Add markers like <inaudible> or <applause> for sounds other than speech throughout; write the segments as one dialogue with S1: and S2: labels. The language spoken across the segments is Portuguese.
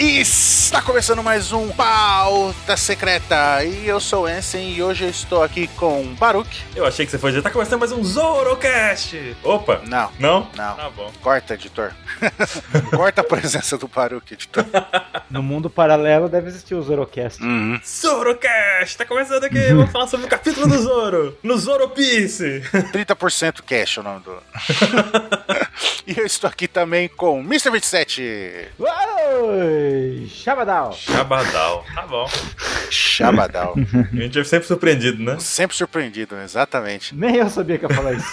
S1: E está começando mais um Pauta Secreta. E eu sou o Ensen e hoje eu estou aqui com Baruch.
S2: Eu achei que você foi dizer, tá começando mais um Zorocast! Opa!
S1: Não,
S2: Não?
S1: Não.
S2: Tá bom.
S1: corta, editor. <laughs> corta a presença do Baruch, editor.
S3: No mundo paralelo deve existir o Zorocast.
S1: Uhum.
S2: Zorocast! Tá começando aqui, vamos falar sobre o capítulo do Zoro! No Zoropice!
S1: 30% cash é o nome do. <laughs> e eu estou aqui também com Mr. 27.
S3: Oi! Chabadal!
S2: Chabadal. Tá bom.
S1: Chabadal.
S2: A gente é sempre surpreendido, né?
S1: Sempre surpreendido, exatamente.
S3: Nem eu sabia que ia falar isso.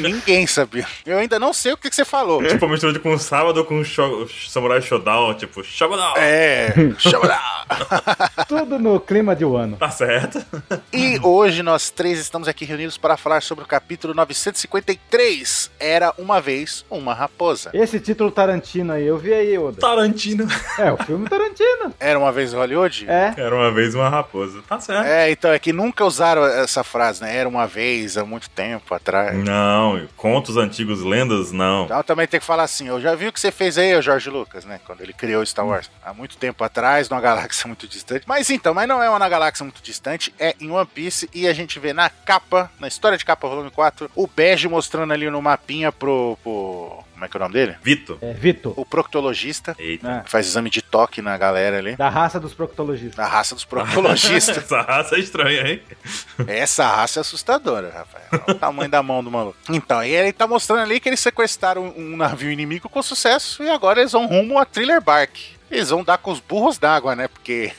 S1: Ninguém sabia. Eu ainda não sei o que que você falou.
S2: Tipo, mistura de com o sábado com o Sho- Samurai Shodown, tipo, Chabadal!
S1: É, Chabadal.
S3: Tudo no clima de um Wano.
S2: Tá certo?
S1: E hoje nós três estamos aqui reunidos para falar sobre o capítulo 953. Era uma vez uma raposa.
S3: Esse título Tarantino aí, eu vi aí, Oda.
S2: Tarantino.
S3: É, o filme Tarantino.
S1: Era uma vez Hollywood?
S3: É.
S2: Era uma vez uma raposa. Tá certo.
S1: É, então é que nunca usaram essa frase, né? Era uma vez há muito tempo
S2: Hum.
S1: atrás.
S2: Não, contos antigos, lendas, não.
S1: Então também tem que falar assim, eu já vi o que você fez aí, ô Jorge Lucas, né? Quando ele criou Star Wars. Há muito tempo atrás, numa <laughs> galáxia muito distante. Mas então, mas não é uma galáxia muito distante, é em One Piece. E a gente vê na capa, na história de capa volume 4, o Bege mostrando ali no mapinha pro- pro... Como é que é o nome dele?
S2: Vito.
S3: É, Vitor.
S1: O proctologista.
S2: Eita.
S3: né,
S1: que faz exame de toque na galera ali.
S3: Da raça dos proctologistas.
S1: A raça dos
S2: <laughs>
S1: proctologistas.
S2: <laughs> Essa raça é estranha, hein?
S1: Essa raça é assustadora, rapaz. Olha o tamanho da mão do maluco. Então, e ele tá mostrando ali que eles sequestraram um navio inimigo com sucesso e agora eles vão rumo a Thriller Bark. Eles vão dar com os burros d'água, né? Porque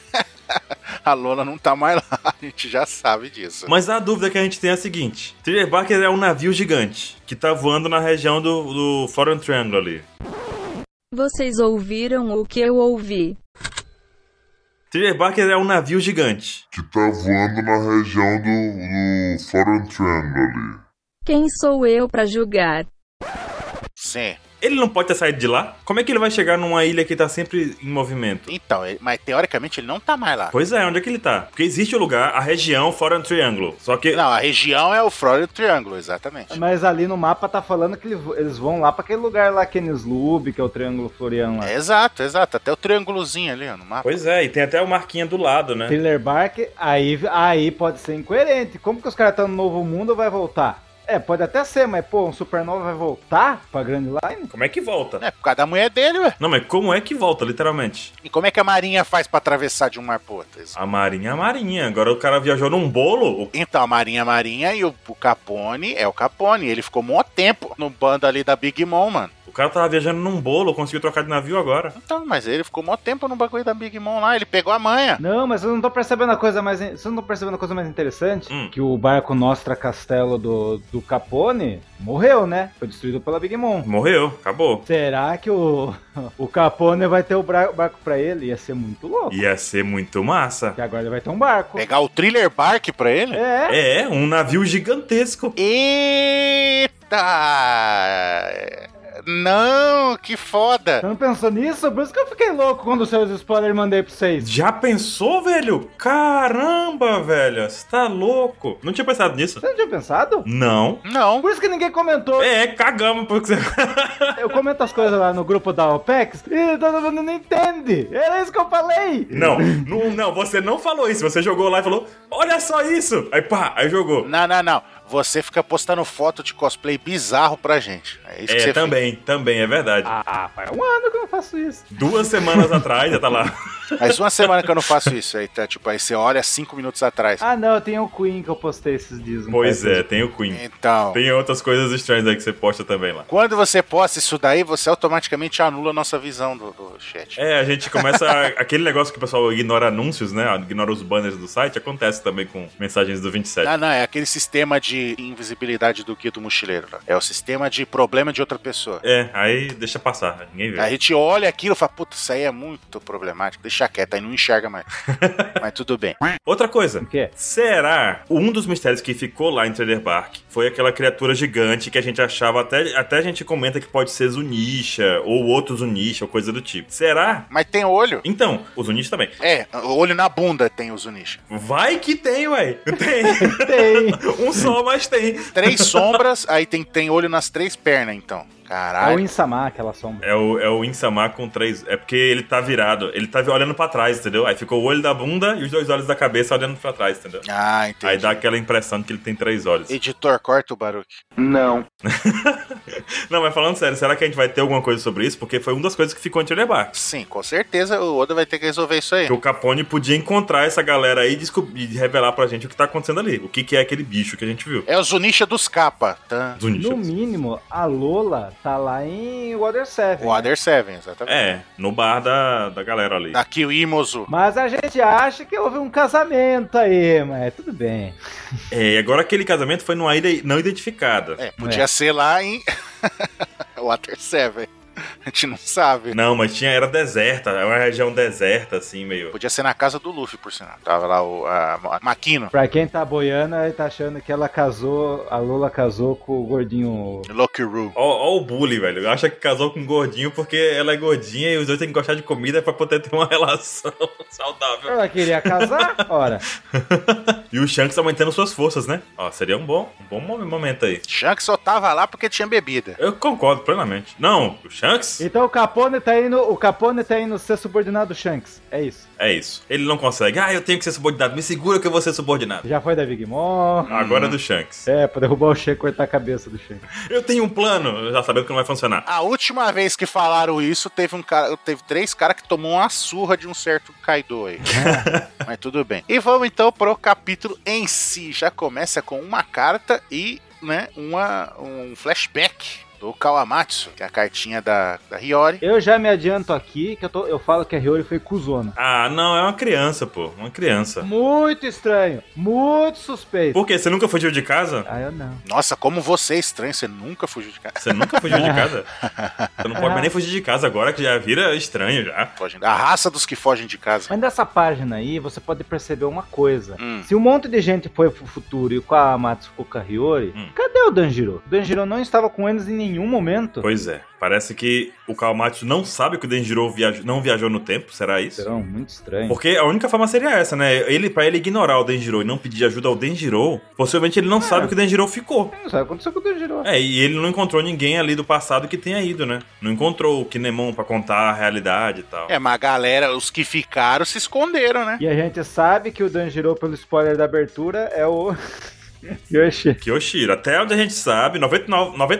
S1: <laughs> a Lola não tá mais lá, a gente já sabe disso.
S2: Mas a dúvida que a gente tem é a seguinte: Thriller Bark é um navio gigante que tá voando na região do, do Foreign Triangle ali.
S4: Vocês ouviram o que eu ouvi?
S2: Thriller Bark é um navio gigante.
S5: que tá voando na região do, do Foreign Triangle ali.
S4: Quem sou eu pra julgar?
S1: Sim.
S2: Ele não pode ter saído de lá? Como é que ele vai chegar numa ilha que tá sempre em movimento?
S1: Então, ele- mas teoricamente ele não tá mais lá.
S2: Pois é, onde é que ele tá? Porque existe o lugar, a região Foreign Triangle. Só que.
S1: Não, a região é o Florida Triângulo, exatamente.
S3: Mas ali no mapa tá falando que ele- eles vão lá pra aquele lugar lá, Kenny's Lube, que é o Triângulo Floriano lá.
S1: Exato, exato. Até o triângulozinho ali ó, no mapa.
S2: Pois é, e tem até o marquinha do lado, né?
S3: Thriller Bark, aí, aí pode ser incoerente. Como que os caras estão no novo mundo vai voltar? É, pode até ser, mas pô, um Supernova vai voltar pra Grand Line?
S2: Como é que volta?
S1: É por causa da mulher dele, ué.
S2: Não, mas como é que volta, literalmente?
S1: E como é que a marinha faz pra atravessar de um mar pro outro? Eles-
S2: A marinha é a marinha. Agora o cara viajou num bolo. o-
S1: Então, a Marinha é Marinha e o, o Capone é o Capone. Ele ficou mó tempo no bando ali da Big Mom, mano.
S2: O cara tava viajando num bolo, conseguiu trocar de navio agora.
S1: Então, mas ele ficou mó tempo no bagulho da Big Mom lá. Ele pegou a manha.
S3: Não, mas eu não tô percebendo a coisa mais. Vocês não estão percebendo a coisa mais interessante?
S2: Hum.
S3: Que o barco Nostra Castelo do, do Capone morreu, né? Foi destruído pela Big Mom.
S2: Morreu, acabou.
S3: Será que o, <laughs> o Capone vai ter o bra- barco pra ele? Ia ser muito louco.
S2: Ia ser muito massa.
S3: Porque agora ele vai ter um barco.
S1: Pegar o Thriller Bark pra ele?
S3: É.
S2: É, um navio gigantesco.
S1: Eita! Não, que foda!
S3: Você não pensou nisso? Por isso que eu fiquei louco quando os seus spoilers mandei pra vocês.
S2: Já pensou, velho? Caramba, velho, você tá louco. Não tinha pensado nisso.
S3: Você não tinha pensado?
S2: Não.
S1: Não.
S3: Por isso que ninguém comentou.
S2: É, cagamos porque você. <laughs>
S3: Eu comento as coisas lá no grupo da OPEX e todo mundo não entende. Era isso que eu falei.
S2: Não, não, não, você não falou isso. Você jogou lá e falou: Olha só isso. Aí pá, aí jogou.
S1: Não, não, não. Você fica postando foto de cosplay bizarro pra gente. É isso que
S2: É,
S1: você
S2: também, também, é verdade.
S3: Ah, faz um ano que eu não faço isso.
S2: Duas semanas atrás já
S1: <laughs>
S2: tá lá.
S1: fez. Faz uma semana que eu não faço isso. Aí, tá, tipo, aí você olha cinco minutos atrás.
S3: Ah, não, eu tenho o Queen que eu postei esses dias. não
S2: Pois
S3: faz
S2: é,
S3: tempo.
S2: tem o Queen.
S1: Então.
S2: Tem outras coisas estranhas aí que você posta também lá.
S1: Quando você posta isso daí, você automaticamente anula a nossa visão do, do chat.
S2: É, a gente começa. a- <laughs> aquele negócio que o pessoal ignora anúncios, né? Ignora os banners do site, acontece também com mensagens do 27.
S1: Ah, não, é aquele sistema de invisibilidade do guia do mochileiro. lá. É o sistema de problema de outra pessoa.
S2: É, aí deixa passar, ninguém vê.
S1: A gente olha aquilo e fala, puta, isso aí é muito problemático, deixa quieto, aí não enxerga <laughs> mais. Mas tudo bem.
S2: Outra coisa.
S3: O quê?
S2: Será? Um dos mistérios que ficou lá em Trailer Park foi aquela criatura gigante que a gente achava até até a gente comenta que pode ser Zunisha ou outro Zunisha ou coisa do tipo. Será?
S1: Mas tem olho.
S2: Então, o Zunisha também.
S1: É, olho na bunda tem o Zunisha.
S2: Vai que tem, ué. Tem. <laughs>
S3: Tem.
S2: um só, mas tem.
S1: <laughs> Três sombras, aí tem, tem olho nas três pernas, então.
S3: É o
S1: Caralho.
S3: Insamar, aquela sombra.
S2: É o, é o Insama com três. É porque ele tá virado. Ele tá olhando pra trás, entendeu? Aí ficou o olho da bunda e os dois olhos da cabeça olhando pra trás, entendeu?
S1: Ah,
S2: Aí
S1: entendi.
S2: dá aquela impressão de que ele tem três olhos.
S1: Editor, corta o Baruque.
S2: Não, mas falando sério, será que a gente vai ter alguma coisa sobre isso? Porque foi uma das coisas que ficou em Telebar.
S1: Sim, com certeza o Oda vai ter que resolver isso aí.
S2: Que o Capone podia encontrar essa galera aí e descobrir, e revelar pra gente o que tá acontecendo ali. O que, que é aquele bicho que a gente viu.
S1: É o Zunisha dos capa. Tá?
S2: Os Unishas.
S3: No mínimo, a Lola tá lá em Water 7.
S1: O Water Seven, exatamente.
S2: É, no bar da, da galera ali.
S3: Tá.
S1: Daqui o Imozu.
S3: Mas a gente acha que houve um casamento aí, mas tudo bem.
S2: É, e agora aquele casamento foi numa ilha não identificada.
S1: É, podia ser lá em <laughs> Water Seven. A gente não
S3: É.
S1: sabe.
S2: Não, mas tinha, era deserta, era uma região deserta, assim, meio.
S1: Podia ser na casa do Luffy, por sinal. Tava lá o a, a Makino.
S3: Pra quem tá boiando, aí tá achando que ela casou, a Lola casou com o gordinho.
S1: Lucky Roo.
S2: Ó, ó o bully, velho. Acha que casou com um gordinho porque ela é gordinha e os dois têm que gostar de comida pra poder ter uma <laughs> relação saudável.
S3: Ela queria casar?
S2: <laughs>
S3: Ora.
S2: E o Shanks aumentando suas forças, né? Ó, seria um bom, um bom mo- momento aí.
S1: Shanks só tava lá porque tinha bebida.
S2: Eu concordo plenamente. Não, o Shanks?
S3: Então o Capone tá indo, o Capone tá indo ser subordinado do Shanks. É isso.
S2: É isso. Ele não consegue. Ah, eu tenho que ser subordinado. Me segura que eu vou ser subordinado.
S3: Já foi da Big Mom.
S2: Agora é do Shanks.
S3: É, pra derrubar o Shanks, cortar a cabeça do Shanks.
S2: Eu tenho um plano, já sabendo que não vai funcionar.
S1: A última vez que falaram isso, teve um cara, teve três caras que tomou uma surra de um certo Kaido aí. Mas tudo bem. E vamos então pro capítulo em si. Já começa com uma carta e, né, uma, um flashback do Kawamatsu, que é a cartinha da, da Hiyori.
S3: Eu já me adianto aqui que eu, tô, eu falo que a Hiyori foi cuzona.
S2: Ah, não, é uma criança, pô. Uma criança.
S3: Muito estranho, muito suspeito.
S2: Por quê? Você nunca fugiu de casa?
S3: Ah, eu não.
S1: Nossa, como você é estranho, você nunca fugiu de casa.
S2: Você nunca fugiu de casa? Você não pode mais nem fugir de casa agora, que já vira estranho já.
S1: Fogem- A raça dos que fogem de casa.
S3: Mas nessa página aí, você pode perceber uma coisa.
S1: Hum.
S3: Se um monte de gente foi pro futuro e o Kawamatsu ficou com a Hiyori,
S2: Hum.
S3: cadê o Danjiro? O Danjiro não estava com eles em nenhum momento.
S2: Pois é, parece que o Kawamatsu não sabe que o Denjiro viaj- não viajou no tempo, será isso?
S3: Serão Então, muito estranho.
S2: Porque a única forma seria essa, né? Ele, pra ele ignorar o Denjiro e não pedir ajuda ao Denjiro, possivelmente ele não sabe que o Denjiro ficou.
S3: Não sabe o que aconteceu com o Danjiro.
S2: É, e ele não encontrou ninguém ali do passado que tenha ido, né? Não encontrou o Kinemon pra contar a realidade e tal.
S1: É, mas a galera, os que ficaram se esconderam, né?
S3: E a gente sabe que o Danjiro, pelo spoiler da abertura, é o <laughs> Yoshi.
S2: Kyoshiro. Até onde a gente sabe, 99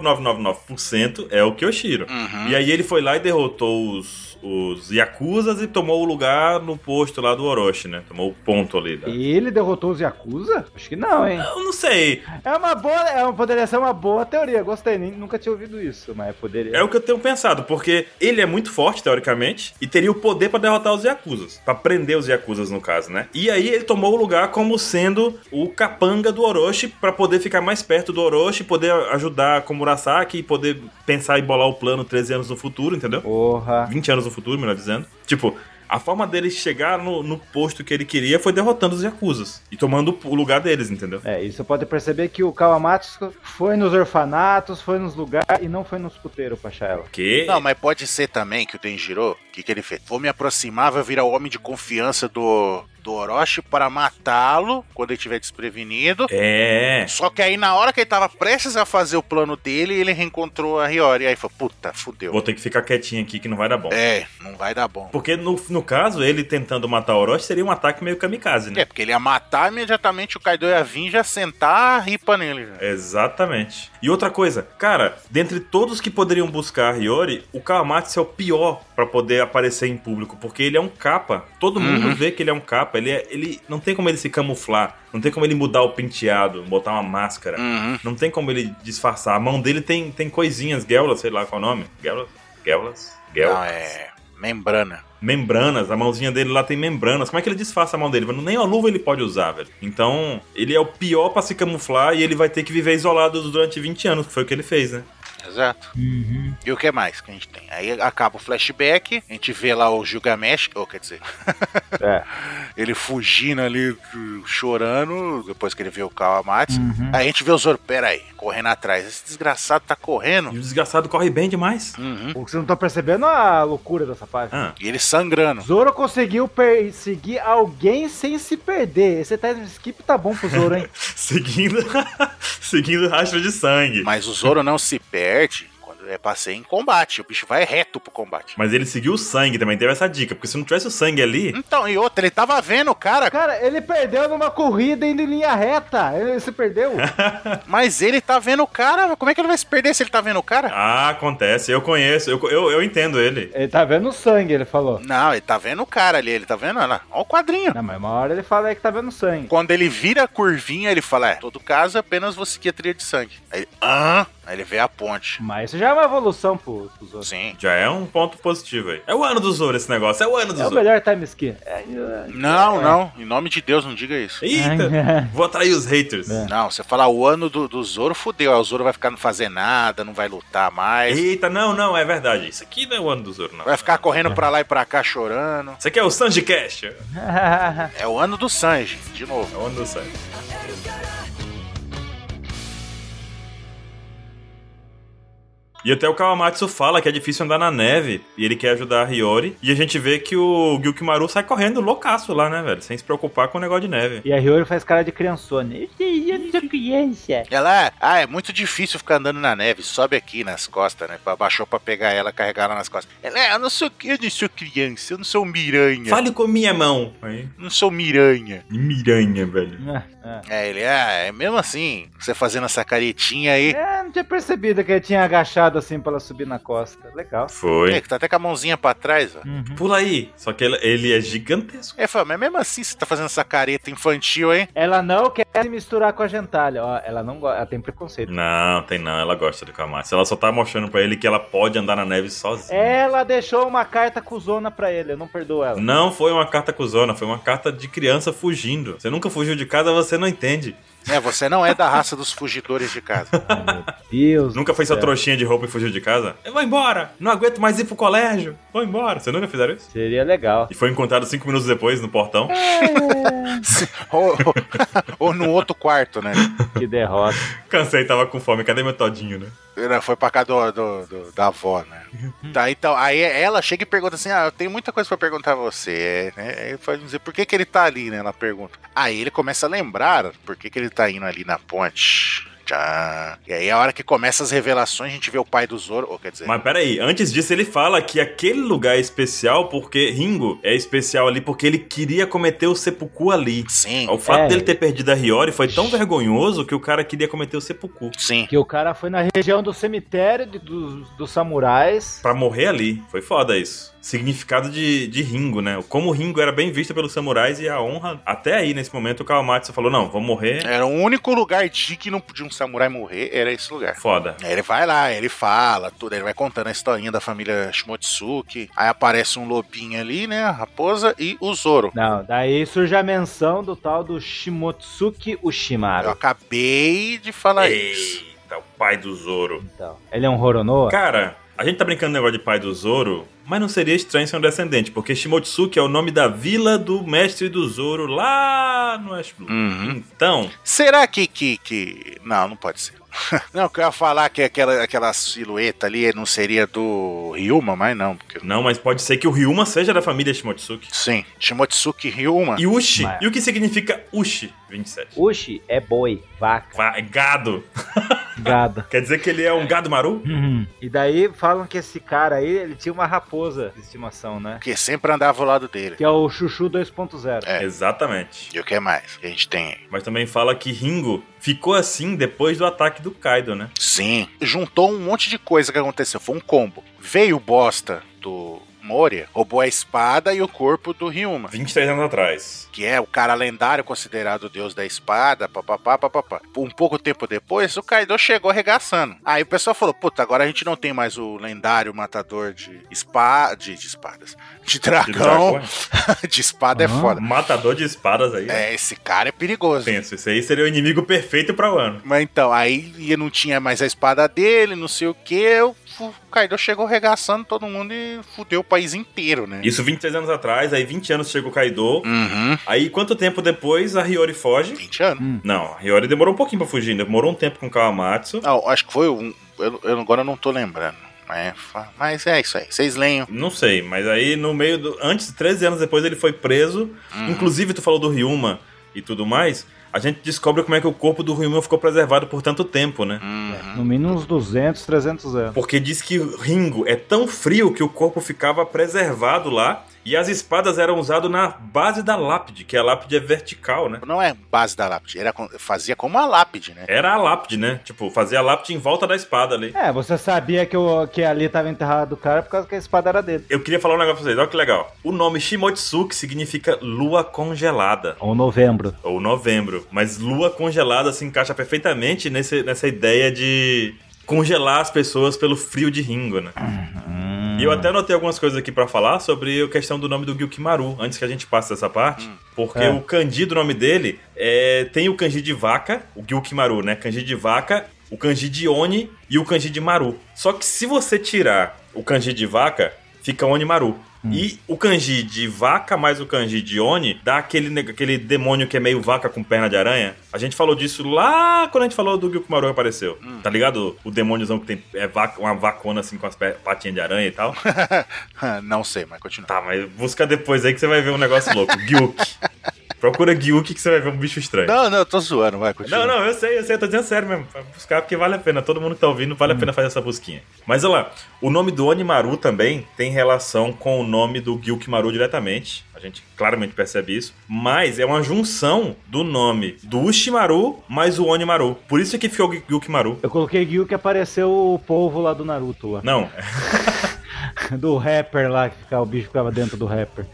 S2: 99,9999% é o Kyoshiro. E aí ele foi lá e derrotou os, os Yakuzas e tomou o lugar no posto lá do Orochi, né? Tomou o ponto ali. né?
S3: E ele derrotou os Yakuza? Acho que não, hein?
S2: Eu não sei.
S3: É uma boa, é uma, poderia ser uma boa teoria. Gostei, nem, nunca tinha ouvido isso, mas poderia.
S2: É o que eu tenho pensado, porque ele é muito forte, teoricamente, e teria o poder pra derrotar os Yakuzas. Pra prender os Yakuzas, no caso, né? E aí ele tomou o lugar como sendo o capanga do Orochi, pra poder ficar mais perto do Orochi, poder ajudar com Murasaki e poder pensar e bolar o plano 13 anos no futuro, entendeu?
S3: Porra.
S2: 20 anos no futuro, melhor dizendo. Tipo, a forma dele chegar no, no posto que ele queria foi derrotando os Yakuzas e tomando o lugar deles, entendeu?
S3: É, e você pode perceber que o Kawamatsu foi nos orfanatos, foi nos lugares e não foi nos puteiros pra achar ela.
S2: Que
S1: Não, mas pode ser também que o Denjiro, o que, que ele fez? Vou me aproximar, vou virar o homem de confiança do, do Orochi para matá-lo quando ele estiver desprevenido.
S2: é.
S1: Só que aí, na hora que ele tava prestes a fazer o plano dele, ele reencontrou a Hiyori. Aí falou, puta, fudeu.
S2: Vou ter que ficar quietinho aqui que não vai dar bom.
S1: É, não vai dar bom.
S2: Porque no, no caso, ele tentando matar o Orochi seria um ataque meio kamikaze, né?
S1: É, porque ele ia matar imediatamente o Kaido ia vir já sentar a ripa nele. né? já.
S2: Exatamente. E outra coisa, cara, dentre todos que poderiam buscar a Hiyori, o Kawamatsu é o pior pra poder aparecer em público, porque ele é um capa. Todo
S1: Uhum.
S2: mundo vê que ele é um capa. Ele, é- ele não tem como ele se camuflar, não tem como ele mudar o penteado, botar uma máscara.
S1: Uhum.
S2: Não tem como ele disfarçar. A mão dele tem, tem coisinhas, guelras, sei lá qual é o nome. Guelras? Guelras? Guelras.
S1: Não, é. Membrana.
S2: Membranas, a mãozinha dele lá tem membranas. Como é que ele disfarça a mão dele? Nem a luva ele pode usar, velho. Então, ele é o pior pra se camuflar e ele vai ter que viver isolado durante 20 anos, que foi o que ele fez, né?
S1: Exato. E o que mais que a gente tem? Aí acaba o flashback, a gente vê lá o Gilgamesh, ou quer <laughs> dizer,
S3: É.
S1: <laughs> ele fugindo ali, chorando, depois que ele vê o Kawamatsu. Aí a gente vê o Zoro, peraí, correndo atrás. Esse desgraçado tá correndo.
S2: E o desgraçado corre bem demais. <laughs>
S1: Uhum.
S3: O que você não tá percebendo é a loucura dessa página.
S2: Ah,
S1: E ele sangrando.
S3: Zoro conseguiu perseguir alguém sem se perder. Esse time
S2: <laughs>
S3: skip tá bom pro Zoro, hein?
S2: seguindo. seguindo rastro de sangue.
S1: Mas o Zoro não se perde quando é passeio em combate. O bicho vai reto pro combate.
S2: Mas ele seguiu o sangue também, teve essa dica. Porque se não tivesse o sangue ali,
S1: Então, e outra, ele tava vendo o cara,
S3: Cara, ele perdeu numa corrida indo em linha reta. Ele se perdeu.
S1: mas ele tá vendo o cara. Como é que ele vai se perder se ele tá vendo o cara?
S2: ah, acontece. Eu conheço, eu, eu, eu entendo ele.
S3: ele tá vendo sangue, ele falou.
S1: Não, ele tá vendo o cara ali, ele tá vendo, olha lá, olha o quadrinho.
S3: Não, mas uma hora ele fala aí que tá vendo sangue.
S1: Quando ele vira a curvinha, ele fala: É, todo caso, apenas vou seguir a trilha de sangue. Aí, ah, aí ele vê a ponte.
S3: Mas isso já é uma evolução pro, pros outros.
S1: Sim.
S2: Já é um ponto positivo aí. É o ano do Zoro esse negócio, é o ano do
S3: É o
S2: Zoro.
S3: melhor time skin.
S1: Não, não, em nome de Deus, não diga isso.
S3: <laughs>
S2: Eita, vou atrair os haters.
S3: É.
S1: Não, você fala o ano do, do Zoro, fudeu. Aí o Zoro vai ficar não fazer nada, não vai lutar mais.
S2: Eita, não, não, é verdade. Isso aqui não é o ano do Zoro, não.
S1: Vai ficar correndo pra lá e pra cá chorando.
S2: Isso aqui é o Sanji Cash. É
S1: É o ano do Sanji, de novo.
S2: o ano do Sanji. E até o Kawamatsu fala que é difícil andar na neve e ele quer ajudar a Hiyori. E a gente vê que o Gyukimaru sai correndo loucaço lá, né, velho? Sem se preocupar com o negócio de neve.
S3: E a Hiyori faz cara de criançona. Eu sei, eu não sou criança.
S1: Ela, ah, é muito difícil ficar andando na neve, sobe aqui nas costas, né? Abaixou pra pegar ela, carregar ela nas costas. Ela, é, eu não sou, eu não sou criança, eu não sou miranha.
S2: Fale com minha mão. Aí.
S1: Não sou miranha.
S2: Miranha, velho.
S3: Ah, ah.
S1: É, ele é, é mesmo assim, você fazendo essa caretinha aí.
S3: É, não tinha percebido que ele tinha agachado assim pra ela subir na costa. Legal.
S1: É,
S2: Foi.
S1: que tá até com a mãozinha pra trás, ó.
S2: Pula aí. Só que ele, ele é gigantesco.
S1: É, fala, mas mesmo assim você tá fazendo essa careta infantil, hein?
S3: Ela não quer se misturar com a gentalha. Ó, ela não gosta. Ela tem preconceito.
S2: Não, tem não. Ela gosta do Kawamatsu. Ela só tá mostrando pra ele que ela pode andar na neve sozinha.
S3: Ela deixou uma carta cuzona pra ele. Eu não perdoo ela.
S2: Não foi uma carta cuzona, foi uma carta de criança fugindo. Você nunca fugiu de casa, você não entende.
S1: É, você não é da raça dos fugidores de casa.
S3: <laughs> Ai, meu Deus.
S2: Nunca fez
S3: do
S2: sua
S3: céu.
S2: trouxinha de roupa e fugiu de casa? É. Eu vou embora! Não aguento mais ir pro colégio! Vou embora! Você nunca fizeram isso?
S3: Seria legal.
S2: E foi encontrado cinco minutos depois no <laughs> portão.
S1: Se- ou, ou, <laughs> ou no outro quarto, né?
S3: Que derrota.
S2: Cansei, tava com fome. Cadê meu todinho, né?
S1: Ela Foi pra cá do, do- do- da avó, né?
S2: Uhum.
S1: Tá, então, aí ela chega e pergunta assim: Ah, eu tenho muita coisa pra perguntar a você, né? Aí ele faz dizer, por que que ele tá ali, né? Ela pergunta. Aí ele começa a lembrar por que que ele tá indo ali na ponte. Tchan. E aí, é a hora que começa as revelações, a gente vê o pai do Zoro, ou quer dizer,
S2: Mas peraí, antes disso ele fala que aquele lugar é especial porque Ringo é especial ali porque ele queria cometer o seppuku ali.
S1: sim,
S2: O fato
S3: É.
S2: dele ter perdido a Hiyori foi tão vergonhoso que o cara queria cometer o seppuku.
S1: sim.
S3: Que o cara foi na região do cemitério de- dos, dos samurais.
S2: Pra morrer ali. Foi foda isso. Significado de, de Ringo, né? Como Ringo era bem visto pelos samurais e a honra. Até aí, nesse momento, o Kawamatsu falou: não, vou morrer.
S1: Era o único lugar digno de um samurai morrer, era esse lugar.
S2: Foda.
S1: Aí Ele vai lá, ele fala, tudo, ele vai contando a historinha da família Shimotsuki. Aí aparece um lobinho ali, né? A raposa e o Zoro.
S3: Não, daí surge a menção do tal do Shimotsuki
S1: Eu
S3: Ushimaru.
S1: acabei de falar isso.
S2: Eita, o pai do Zoro.
S3: Então, ele é um Horonoa?
S2: Cara, a gente tá brincando no negócio de pai do Zoro, mas não seria estranho ser um descendente, porque Shimotsuki é o nome da vila do mestre do Zoro lá no West Blue.
S1: Uhum.
S2: Então,
S1: Será que, que, que. Não, não pode ser. <laughs> não, que eu ia falar é que aquela, aquela silhueta ali não seria do Ryuma, mas não. Porque...
S2: não, mas pode ser que o Ryuma seja da família Shimotsuki.
S1: Sim, Shimotsuki Ryuma.
S2: E Ushi?
S3: Mas-
S2: E o que significa Ushi 27?
S3: Ushi é boi,
S2: <laughs>
S3: vaca,
S2: Vai, é gado.
S3: gado.
S2: Quer dizer que ele é um gado maru?
S3: E daí falam que esse cara aí, ele tinha uma raposa de estimação, né?
S1: Porque sempre andava ao lado dele.
S3: Que é o Chuchu 2.0.
S1: É.
S2: Exatamente.
S1: E o que mais que a gente tem aí?
S2: Mas também fala que Ringo ficou assim depois do ataque do Kaido, né?
S1: Sim, juntou um monte de coisa que aconteceu. Foi um combo. Veio o bosta do Moria, roubou a espada e o corpo do Ryuma.
S2: 23 anos atrás.
S1: que é o cara lendário considerado o deus da espada, papapá, papapá. Um pouco tempo depois, o Kaido chegou arregaçando. Aí o pessoal falou, puta, agora a gente não tem mais o lendário matador de, espa de, de espadas, de
S2: Que
S1: dragão,
S2: dragão.
S1: <laughs> de espada é
S3: Ah.
S1: Ah, foda.
S2: Matador de espadas aí.
S1: É, esse cara é perigoso.
S2: Penso, esse aí seria o inimigo perfeito pra Wano.
S1: Mas então, aí e não tinha mais a espada dele, não sei o que, o o Kaido chegou arregaçando todo mundo e fudeu o país inteiro, né?
S2: Isso 23 anos atrás, aí 20 anos chega o Kaido.
S1: Uhum,
S2: Aí quanto tempo depois a Hiyori foge?
S1: 20 anos.
S2: Não, a Hiyori demorou um pouquinho pra fugir, ainda demorou um tempo com o Kawamatsu.
S1: Não, acho que foi um. Eu, eu agora não tô lembrando. Mas, fa- mas é isso aí. Vocês leiam.
S2: Não sei, mas aí no meio do. Antes, 13 anos depois, ele foi preso. Inclusive, tu falou do Ryuma e tudo mais. a gente descobre como é que o corpo do Ryuman ficou preservado por tanto tempo,
S1: Uhum.
S2: né?
S3: No mínimo uns 200, 300 anos.
S2: Porque diz que Ringo é tão frio que o corpo ficava preservado lá e as espadas eram usadas na base da lápide, que a lápide é vertical, né?
S1: Não é base da lápide, era, com- fazia como a lápide, né? <laughs>
S2: Era a lápide, né? Tipo, fazia a lápide em volta da espada ali.
S3: É, você sabia que, o, que ali tava enterrado o cara por causa que a espada era dele.
S2: Eu queria falar um negócio pra vocês, olha que legal. O nome Shimotsuki significa lua congelada.
S3: Ou novembro.
S2: ou novembro. Mas lua congelada se encaixa perfeitamente nesse, nessa ideia de congelar as pessoas pelo frio de Ringo, né? E eu até anotei algumas coisas aqui pra falar sobre a questão do nome do Gilkimaru, antes que a gente passe essa parte, porque
S3: É.
S2: o kanji do nome dele é, tem o kanji de vaca, o Gilkimaru, né? Kanji de vaca, o kanji de Oni e o kanji de Maru. Só que se você tirar o kanji de vaca, fica Onimaru. E o kanji de vaca mais o kanji de Oni dá aquele, neg- aquele demônio que é meio vaca com perna de aranha. A gente falou disso lá quando a gente falou do Gilkumaru que apareceu. Tá ligado? O demôniozão que tem é vaca, uma vacona assim com as pe- patinhas de aranha e tal.
S1: Não sei, mas continua.
S2: tá, mas busca depois aí que você vai ver um negócio louco. Gyuk. Procura Gyuk que você vai ver um bicho estranho.
S1: Não, não, eu tô zoando, vai, continua.
S2: Não, não, eu sei, eu sei, eu tô dizendo sério mesmo. Pra buscar, porque vale a pena. Todo mundo que tá ouvindo, vale a pena fazer essa busquinha. Mas olha lá, o nome do Onimaru também tem relação com o nome do Gyukimaru diretamente. A gente claramente percebe isso. Mas é uma junção do nome do Ushimaru mais o Onimaru. Por isso que ficou Gyu- Gyukimaru.
S3: Eu coloquei Gyu que apareceu o povo lá do Naruto lá. <laughs>
S2: Não, <laughs>
S3: Do rapper lá, que ficava, o bicho ficava dentro do rapper.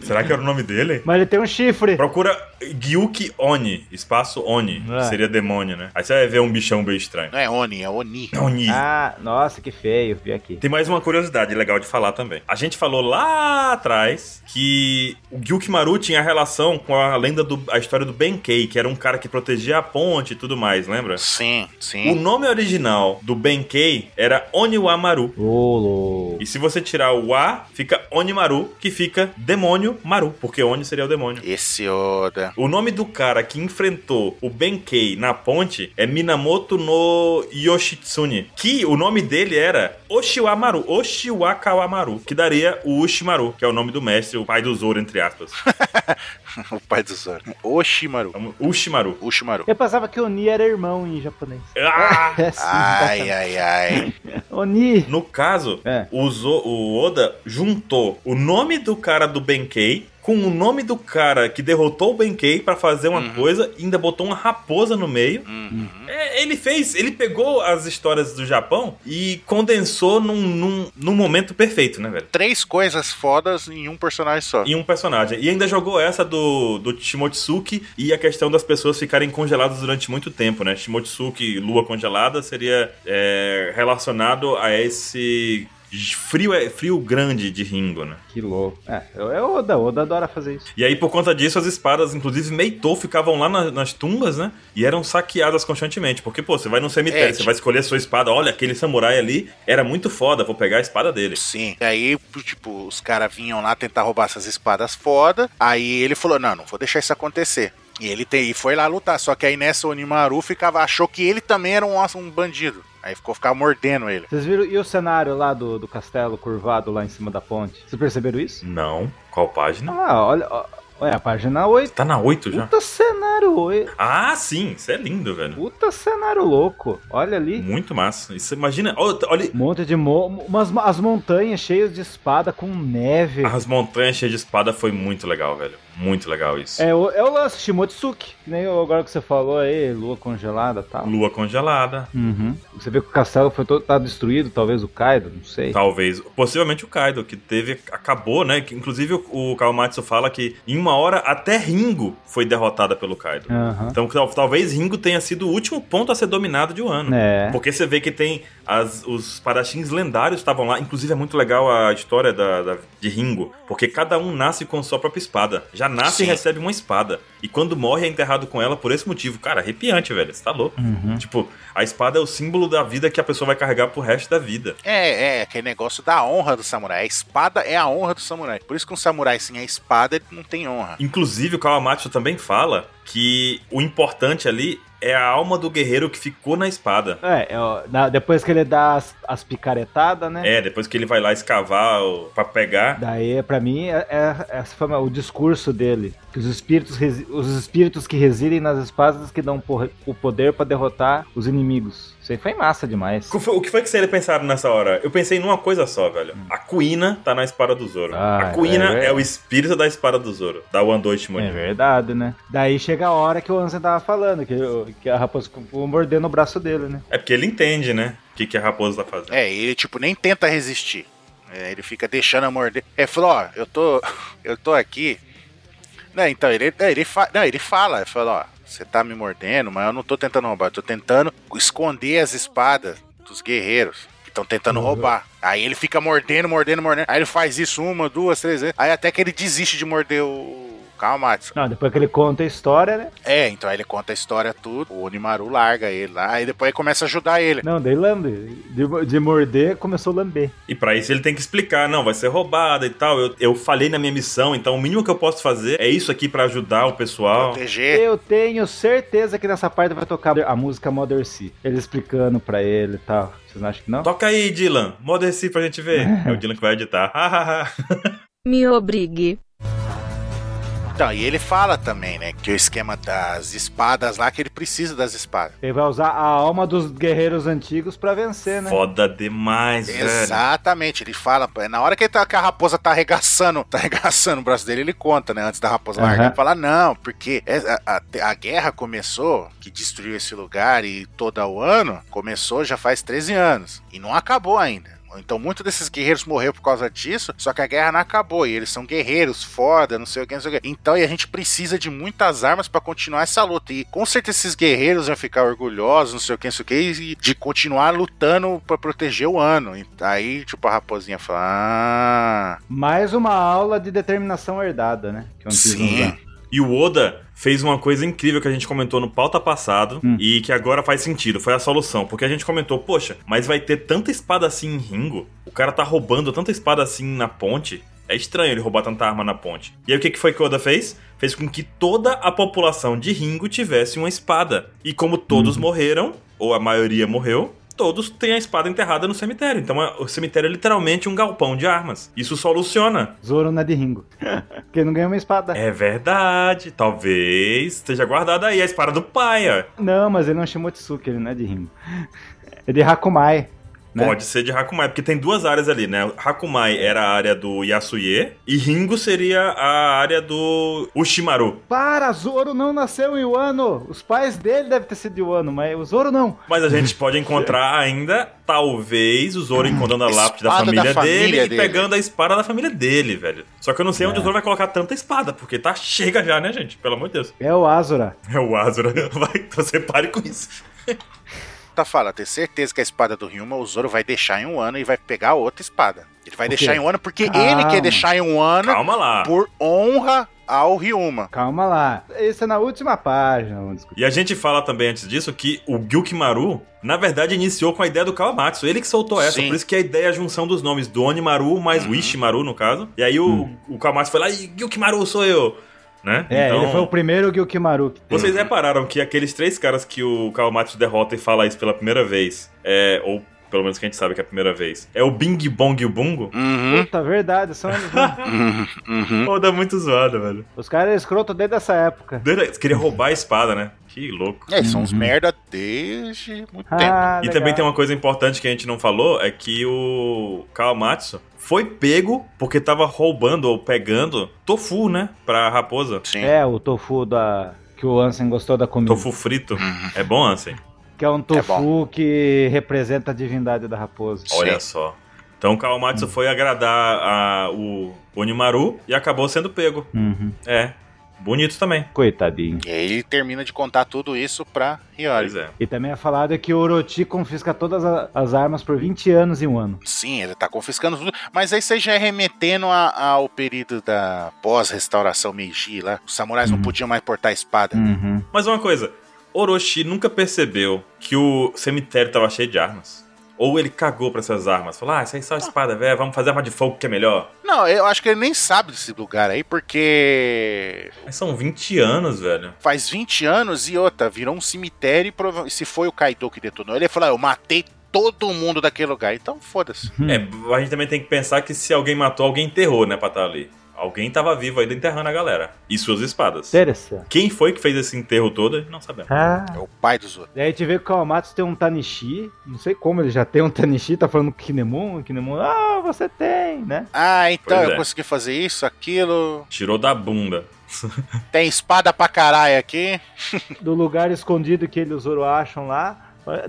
S2: será que era o nome dele?
S3: Mas ele tem um chifre.
S2: Procura Gyuki Oni, espaço Oni,
S3: É.
S2: que seria demônio, né? Aí você vai ver um bichão bem estranho.
S1: Não é Oni, é Oni.
S2: Oni.
S3: Ah, nossa, que feio, vi aqui.
S2: Tem mais uma curiosidade legal de falar também. A gente falou lá atrás que o Gyukimaru tinha relação com a lenda do a história do Benkei, que era um cara que protegia a ponte e tudo mais, lembra?
S1: Sim,
S2: O
S1: sim.
S2: nome original do Benkei era Oniwamaru.
S3: Olo.
S2: E se você tirar o A, fica Onimaru, que fica Demônio Maru, porque Oni seria o demônio.
S1: Esse é Oda.
S2: O nome do cara que enfrentou o Benkei na ponte é Minamoto no Yoshitsune, que o nome dele era Oshiwamaru, Oshiwakawamaru, que daria o Ushimaru, que é o nome do mestre, o pai do Zoro, entre aspas.
S1: <laughs> O pai do Zoro. Oshimaru.
S2: Então, Ushimaru.
S1: Oshimaru.
S3: Eu pensava que Oni era irmão em japonês.
S2: Ah!
S3: É sim,
S1: Ai, ai, ai.
S3: Oni.
S2: No caso,
S3: É.
S2: o, Zo- o Oda juntou o nome do cara do Benkei com o nome do cara que derrotou o Benkei pra fazer uma coisa e ainda botou uma raposa no meio.
S1: Uhum.
S2: É, ele fez, ele pegou as histórias do Japão e condensou num, num, num momento perfeito, né, velho?
S1: Três coisas fodas em um personagem só.
S2: Em um personagem. E ainda jogou essa do, do Shimotsuki e a questão das pessoas ficarem congeladas durante muito tempo, né? Shimotsuki, lua congelada, seria é, relacionado a esse frio, é, frio grande de Ringo, né?
S3: Que louco. É, é Oda, Oda adora fazer isso.
S2: E aí, por conta disso, as espadas, inclusive Meitou, ficavam lá na- nas tumbas, né? E eram saqueadas constantemente. Porque, pô, você vai num cemitério,
S1: É,
S2: você vai escolher a sua espada. Olha, aquele samurai ali era muito foda, vou pegar a espada dele.
S1: Sim. E aí, tipo, os caras vinham lá tentar roubar essas espadas foda. Aí ele falou: não, não vou deixar isso acontecer. E ele tem, e foi lá lutar. Só que aí nessa, o Onimaru ficava, achou que ele também era um, um bandido. Aí ficou ficar mordendo ele.
S3: Vocês viram? E o cenário lá do, do castelo curvado lá em cima da ponte? Vocês perceberam isso?
S2: Não, qual página?
S3: Ah, olha, ó, olha a página 8.
S2: Tá na 8 já?
S3: Puta cenário 8.
S2: Ah, sim, isso é lindo, velho.
S3: Puta cenário louco. Olha ali.
S2: Muito massa. Isso, imagina, olha, olha
S3: Um monte de. Mo umas, as montanhas cheias de espada com neve.
S2: as montanhas cheias de espada foi muito legal, velho. Muito legal isso.
S3: É, o, é o lance Shimotsuki. Que nem agora que você falou aí, lua congelada e tal.
S2: Lua congelada.
S3: Uhum. Você vê que o castelo foi todo tá destruído, talvez o Kaido, não sei.
S2: Talvez, possivelmente o Kaido, que teve, acabou, né? Que, inclusive o, o Kawamatsu fala que em uma hora até Ringo foi derrotada pelo Kaido.
S3: Aham.
S2: Então tal- talvez Ringo tenha sido o último ponto a ser dominado de um ano.
S3: É.
S2: Porque você vê que tem as- os padachins lendários estavam lá. Inclusive é muito legal a história da, da- de Ringo. Porque cada um nasce com sua própria espada. Já nasce e
S1: Sim.
S2: recebe uma espada. E quando morre é enterrado com ela por esse motivo. Cara, arrepiante, velho. Você tá louco.
S3: Uhum.
S2: Tipo, a espada é o símbolo da vida que a pessoa vai carregar pro resto da vida.
S1: É, é, aquele negócio da honra do samurai. A espada é a honra do samurai. Por isso que um samurai sem a espada ele não tem honra.
S2: Inclusive, o Kawamatsu também fala que o importante ali é a alma do guerreiro que ficou na espada.
S3: É, é, ó, na- depois que ele dá as, as picaretadas, né?
S2: É, depois que ele vai lá escavar o- pra pegar.
S3: Daí, pra mim, é, é- essa foi o discurso dele. Que os espíritos, resi- os espíritos que residem nas espadas que dão por- o poder pra derrotar os inimigos. Isso aí foi massa demais.
S2: O que foi- O que foi que vocês pensaram nessa hora? Eu pensei numa coisa só, velho. A Kuina tá na espada do Zoro.
S3: Hum. Ah,
S2: a Kuina
S3: é
S2: é, o espírito da espada do Zoro, da One Dois
S3: É
S2: Shimoni.
S3: verdade, né? Daí chega a hora que o Ansem tava falando, que, o- que a raposa ficou mordendo o braço dele, né?
S2: É porque ele entende, né? O que, que a raposa tá fazendo.
S1: É, ele, tipo, nem tenta resistir. É, ele fica deixando a morder. É, falou, ó, eu tô. <laughs> Eu tô aqui. Né, então, ele, é, ele, fa não, ele fala, ele fala, ó, você tá me mordendo, mas eu não tô tentando roubar, eu tô tentando esconder as espadas dos guerreiros que estão tentando roubar. Aí ele fica mordendo, mordendo, mordendo. Aí ele faz isso uma, duas, três vezes. Aí até que ele desiste de morder o Kawamatsu.
S3: Não, depois que ele conta a história, né?
S1: É, então aí ele conta a história tudo, o Onimaru larga ele lá, aí depois ele começa a ajudar ele.
S3: Não, daí lambe. De, de morder, começou a lamber.
S2: E pra isso ele tem que explicar, não, vai ser roubada e tal. Eu, eu falei na minha missão, então o mínimo que eu posso fazer é isso aqui pra ajudar o pessoal.
S1: Proteger.
S3: Eu tenho certeza que nessa parte vai tocar a música Mother Sea. Ele explicando pra ele e tal. Vocês não acham que não?
S2: Toca aí, Dylan. Modesty pra gente ver. É o Dylan que vai editar. <laughs>
S4: Me obrigue.
S1: Então, e ele fala também, né, que o esquema das espadas lá, que ele precisa das espadas.
S3: Ele vai usar a alma dos guerreiros antigos pra vencer, né?
S2: Foda demais, velho.
S1: Exatamente, ele fala, na hora que, ele tá, que a raposa tá arregaçando, <laughs> tá arregaçando o braço dele, ele conta, né, antes da raposa
S3: Aham.
S1: largar, ele fala, não, porque é- a, a- a guerra começou, que destruiu esse lugar e todo o ano, começou já faz 13 anos, e não acabou ainda. Então, muitos desses guerreiros morreram por causa disso, só que a guerra não acabou. E eles são guerreiros, foda, não sei o que, não sei o que. Então, e a gente precisa de muitas armas pra continuar essa luta. E com certeza esses guerreiros vão ficar orgulhosos, não sei o que, não sei o que, e de continuar lutando pra proteger o ano. E aí, tipo, a raposinha fala: Ah,
S3: Mais uma aula de determinação herdada, né? Que o antigo
S1: sim.
S3: usa.
S2: E o Oda fez uma coisa incrível que a gente comentou no pauta passado
S3: Hum.
S2: e que agora faz sentido, foi a solução. Porque a gente comentou, poxa, mas vai ter tanta espada assim em Ringo? O cara tá roubando tanta espada assim na ponte? É estranho ele roubar tanta arma na ponte. E aí o que que foi que o Oda fez? Fez com que toda a população de Ringo tivesse uma espada. E como todos morreram, ou a maioria morreu, todos têm a espada enterrada no cemitério. Então é- o cemitério é literalmente um galpão de armas. Isso soluciona.
S3: Zoro na
S2: <laughs>
S3: de Ringo. Porque ele não ganhou uma espada.
S2: É verdade. Talvez esteja guardada aí a espada do pai, ó.
S3: Não, mas ele não é Shimotsuki, ele não é de Ringo. É de Hakumai. Né?
S2: Pode ser de Hakumai, porque tem duas áreas ali, né? Hakumai era a área do Yasuye e Ringo seria a área do Ushimaru.
S3: Para, Zoro não nasceu em Wano. Os pais dele devem ter sido de Wano, mas o Zoro não.
S2: Mas a gente pode encontrar ainda, talvez, o Zoro encontrando a lápide da
S1: Espada
S2: família,
S1: da família
S2: dele, e
S1: dele.
S2: pegando a espada da família dele, velho. Só que eu não sei onde o Zoro vai colocar tanta espada, porque tá chega já, né, gente? Pelo amor de Deus. <laughs>
S3: É o Azura.
S2: É o Azura. Vai, você pare com isso.
S1: Tá fala, tem certeza que a espada do Ryuma o Zoro vai deixar em um ano e vai pegar outra espada. Ele vai
S3: Por
S1: deixar
S3: quê?
S1: em um ano porque ele
S3: Calma.
S1: quer deixar em um ano
S2: Calma lá.
S1: por honra ao Ryuma.
S3: Calma lá. Isso é na última página. Vamos discutir.
S2: E a gente fala também antes disso que o Gyukimaru, na verdade, iniciou com a ideia do Kawamatsu. Ele que soltou essa,
S1: Sim. Uhum.
S2: por isso que a ideia é a junção dos nomes do Onimaru mais o Ishimaru, no caso. E aí o, o Kawamatsu foi lá e Gyukimaru sou eu, né?
S3: Hum. É, ele foi o primeiro Gyukimaru que teve.
S2: Vocês repararam que aqueles três caras que o Kawamatsu derrota e fala isso pela primeira vez, é, ou pelo menos que a gente sabe que é a primeira vez, é o Bing Bong e o Bungo?
S1: Uhum,
S3: Puta, verdade, são eles.
S1: <laughs>
S3: mesmo.
S1: uhum, uhum.
S2: Oda é muito zoado, velho.
S3: Os caras eram escroto desde essa época.
S2: Ele Queria roubar a espada, né? Que louco.
S1: É, são uns merda desde muito tempo.
S3: Uhum. Ah,
S2: E
S3: legal.
S2: também tem uma coisa importante que a gente não falou, é que o Kawamatsu foi pego porque tava roubando ou pegando tofu, né? Pra raposa.
S1: Sim.
S3: É, o tofu da... que o Ansem gostou da comida.
S2: Tofu frito. É bom, Ansem?
S3: Que é um tofu
S1: bom.
S3: que representa a divindade da raposa.
S1: Sim.
S2: Olha só. Então o Kawamatsu foi agradar a- o Onimaru e acabou sendo pego.
S3: Uhum.
S2: É. Bonito também.
S3: Coitadinho.
S1: E aí ele termina de contar tudo isso pra
S2: Pois
S1: Hiyori.
S2: é.
S3: E também é falado que o Orochi confisca todas a- as armas por 20 anos em um ano.
S1: Sim, ele tá confiscando tudo. Mas aí você já é remetendo a- ao período da pós-restauração Meiji lá. Os samurais não podiam mais portar espada.
S3: Uhum.
S2: Mas uma coisa, Orochi nunca percebeu que o cemitério tava cheio de armas. Ou ele cagou pra essas armas. Falou, ah, isso aí é só espada, velho, vamos fazer arma de fogo que é melhor.
S1: Não, eu acho que ele nem sabe desse lugar aí, porque
S2: Mas são 20 anos, velho.
S1: faz 20 anos e outra, virou um cemitério e prova- se foi o Kaido que detonou, ele ia falar, eu matei todo mundo daquele lugar, então foda-se.
S3: Hum.
S2: É, a gente também tem que pensar que se alguém matou, alguém enterrou, né, pra estar ali. Alguém tava vivo ainda enterrando a galera. E suas espadas.
S3: Interessante.
S2: Quem foi que fez esse enterro todo, não sabemos.
S3: Ah.
S1: É o pai dos outros.
S3: E aí a gente vê que o Kawamatsu tem um Tanishi. Não sei como ele já tem um Tanishi, tá falando com o Kinemon. O Kinemon, ah, você tem, né?
S1: Ah, então
S2: Pois
S1: eu
S2: é.
S1: consegui fazer isso, aquilo.
S2: Tirou da bunda.
S1: Tem espada pra caralho aqui.
S3: Do lugar escondido que eles Zoro acham lá.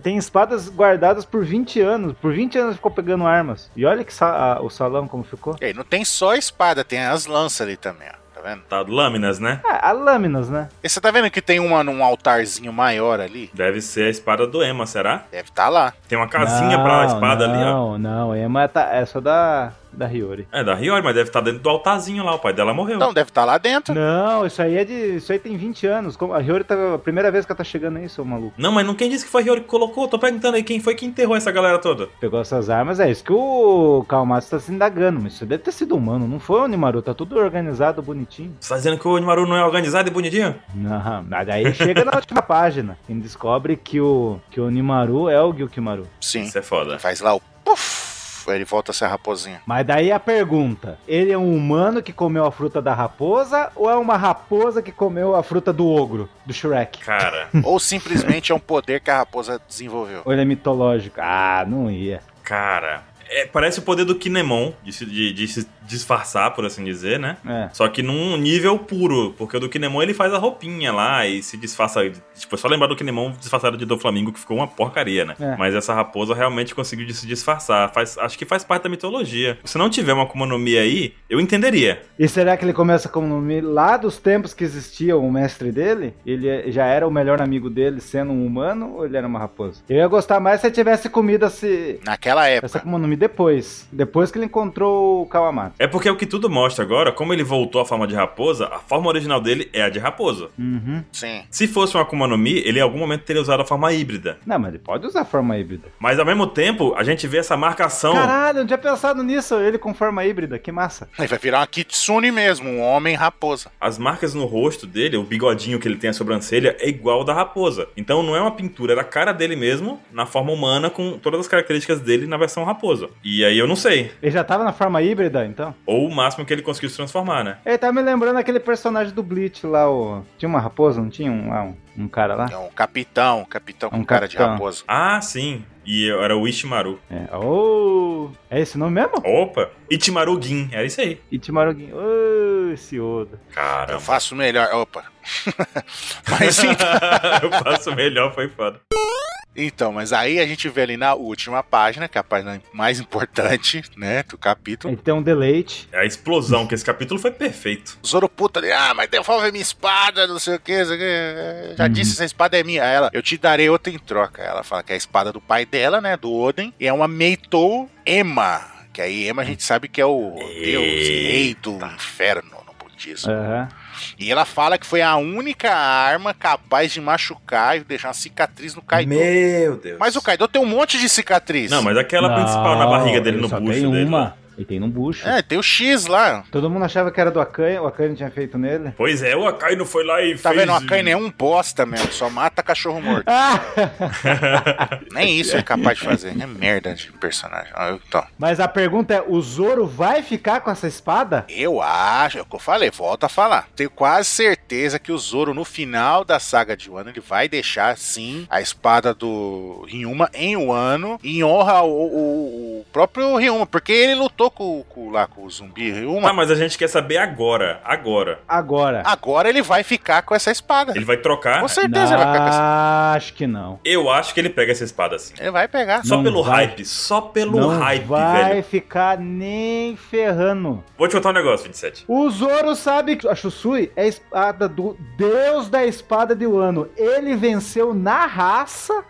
S3: Tem espadas guardadas por 20 anos. Por 20 anos ficou pegando armas. E olha que sa- a- o salão como ficou.
S1: E aí, não tem só a espada, tem as lanças ali também, ó. Tá vendo?
S2: Tá, lâminas, né?
S3: Ah, a lâminas, né?
S1: E você tá vendo que tem uma num altarzinho maior ali?
S2: Deve ser a espada do Ema, será?
S1: Deve tá lá.
S2: Tem uma casinha pra espada ali, ó.
S3: Não, não, é, mas tá- é só da,
S2: <laughs>
S3: da Hiyori.
S2: É da Riori, mas deve estar dentro do altarzinho lá. O pai dela morreu.
S1: Então, deve tá lá dentro.
S3: Não, isso aí é de. Isso aí tem 20 anos. Como- A Hiyori tá. A primeira vez que ela tá chegando aí, seu maluco.
S2: Não, mas não quem disse que foi a Hiyori que colocou? Tô perguntando aí quem foi que enterrou essa galera toda.
S3: Pegou essas armas, é isso que o Kawamatsu tá se indagando, mas isso deve ter sido humano, não foi o Nimaru, tá tudo organizado, bonitinho.
S2: Você tá dizendo que o Onimaru não é organizado e bonitinho?
S3: Não, mas daí chega na <laughs> última página, e descobre que o, que o Nimaru é o Gyukimaru.
S1: Sim.
S2: Isso é foda.
S1: Faz lá o puff. Aí ele volta a ser a raposinha.
S3: Mas daí a pergunta, ele é um humano que comeu a fruta da raposa, ou é uma raposa que comeu a fruta do ogro, do Shrek?
S2: Cara,
S1: Ou simplesmente é um poder que a raposa desenvolveu.
S3: <laughs> Ou ele é mitológico? Ah, não ia.
S2: cara. É, parece o poder do Kinemon, de se, de- de se disfarçar, por assim dizer, né?
S3: É.
S2: Só que num nível puro, porque o do Kinemon ele faz a roupinha lá e se disfarça. Tipo, é só lembrar do Kinemon disfarçado de do Flamengo que ficou uma porcaria, né?
S3: É.
S2: Mas essa raposa realmente conseguiu de se disfarçar. Faz, acho que faz parte da mitologia. Se não tiver uma Akuma no Mi aí, eu entenderia.
S3: E será que ele começa como nome lá dos tempos que existia o mestre dele? Ele é- já era o melhor amigo dele sendo um humano ou ele era uma raposa? Eu ia gostar mais se ele tivesse comido esse,
S1: Naquela
S3: essa
S1: época.
S3: como nome depois. Depois que ele encontrou o Kawamatsu.
S2: É porque o que tudo mostra agora, como ele voltou à forma de raposa, a forma original dele é a de raposa.
S3: Uhum.
S1: Sim.
S2: Se fosse uma Akuma no Mi, ele em algum momento teria usado a forma híbrida.
S3: Não, mas ele pode usar forma híbrida.
S2: Mas ao mesmo tempo, a gente vê essa marcação.
S3: Caralho, eu não tinha pensado nisso. Ele com forma híbrida, que massa.
S1: Ele vai virar uma kitsune mesmo, um homem raposa.
S2: As marcas no rosto dele, o bigodinho que ele tem, a sobrancelha, é igual ao da raposa. Então não é uma pintura, era a cara dele mesmo, na forma humana, com todas as características dele na versão raposa. E aí eu não sei.
S3: Ele já tava na forma híbrida, então?
S2: Ou o máximo que ele conseguiu se transformar, né?
S3: Ele tá me lembrando aquele personagem do Bleach lá, o... Tinha uma raposa, não tinha um, lá, um, um cara lá?
S1: É um capitão, um capitão com
S3: Um
S1: cara de
S3: capitão.
S1: raposa.
S2: Ah, sim. E era o Ishimaru.
S3: É. Oh, é esse nome mesmo?
S2: Opa! Itimaru Gin, era isso aí.
S3: Itimarugin. Oh, esse Oda.
S1: Eu
S2: Caramba.
S1: faço melhor. Opa. <laughs>
S3: <laughs>
S1: Mas então.
S2: <laughs> eu faço melhor, foi foda.
S1: Então, mas aí a gente vê ali na última página, que é a página mais importante, né, do capítulo.
S3: Ele tem um deleite.
S2: A explosão, que esse capítulo foi perfeito.
S1: O Zoro puta ali, ah, mas devolve minha espada, não sei o que, não sei o quê. É,
S3: Uhum.
S1: já disse, essa espada é minha. Aí Ela, eu te darei outra em troca. Ela fala que é a espada do pai dela, né, do Oden, e é uma Meitou Ema, que aí Ema a gente sabe que é o deus, rei do inferno no budismo.
S3: Aham.
S1: E ela fala que foi a única arma capaz de machucar e deixar uma cicatriz no Kaido.
S2: Meu Deus.
S1: Mas o Kaido tem um monte de cicatriz.
S2: Não, mas aquela
S3: Não,
S2: principal na barriga dele,
S3: ele
S2: no
S3: só
S2: bucho
S3: tem
S2: dele. né?
S3: uma.
S2: lá.
S3: Ele tem no bucho.
S1: É, tem o X lá.
S3: Todo mundo achava que era do Akane, o Akane tinha feito nele.
S2: Pois é, o Akainu foi lá e
S1: Tá
S2: fez...
S1: vendo? A Kaine é um bosta mesmo, só mata cachorro
S2: <laughs>
S1: morto.
S3: Ah!
S1: Nem isso é capaz de fazer. É merda de personagem. Ah, eu- Então,
S3: Mas a pergunta é: o Zoro vai ficar com essa espada?
S1: eu acho, é o que eu falei, volto a falar. Tenho quase certeza que o Zoro, no final da saga de Wano, ele vai deixar, sim, a espada do Ryuma em Wano, em honra ao, o- o- o próprio Ryuma, porque ele lutou com, com- lá, com o zumbi
S2: Ah,
S1: Ryuma.
S2: mas a gente quer saber agora. Agora.
S3: Agora.
S1: Agora ele vai ficar com essa espada.
S2: Ele vai trocar.
S1: Com certeza ele vai ficar com essa
S3: Ah, acho que não.
S2: Eu acho que ele pega essa espada assim.
S1: Ele vai pegar.
S2: Só
S3: Não
S2: pelo
S3: vai.
S2: hype. Só pelo
S3: não
S2: hype,
S3: vai
S2: velho.
S3: ficar nem ferrando.
S2: Vou te contar um negócio, 27.
S3: O Zoro sabe que a Shusui é a espada do deus da espada de Wano. Ele venceu na raça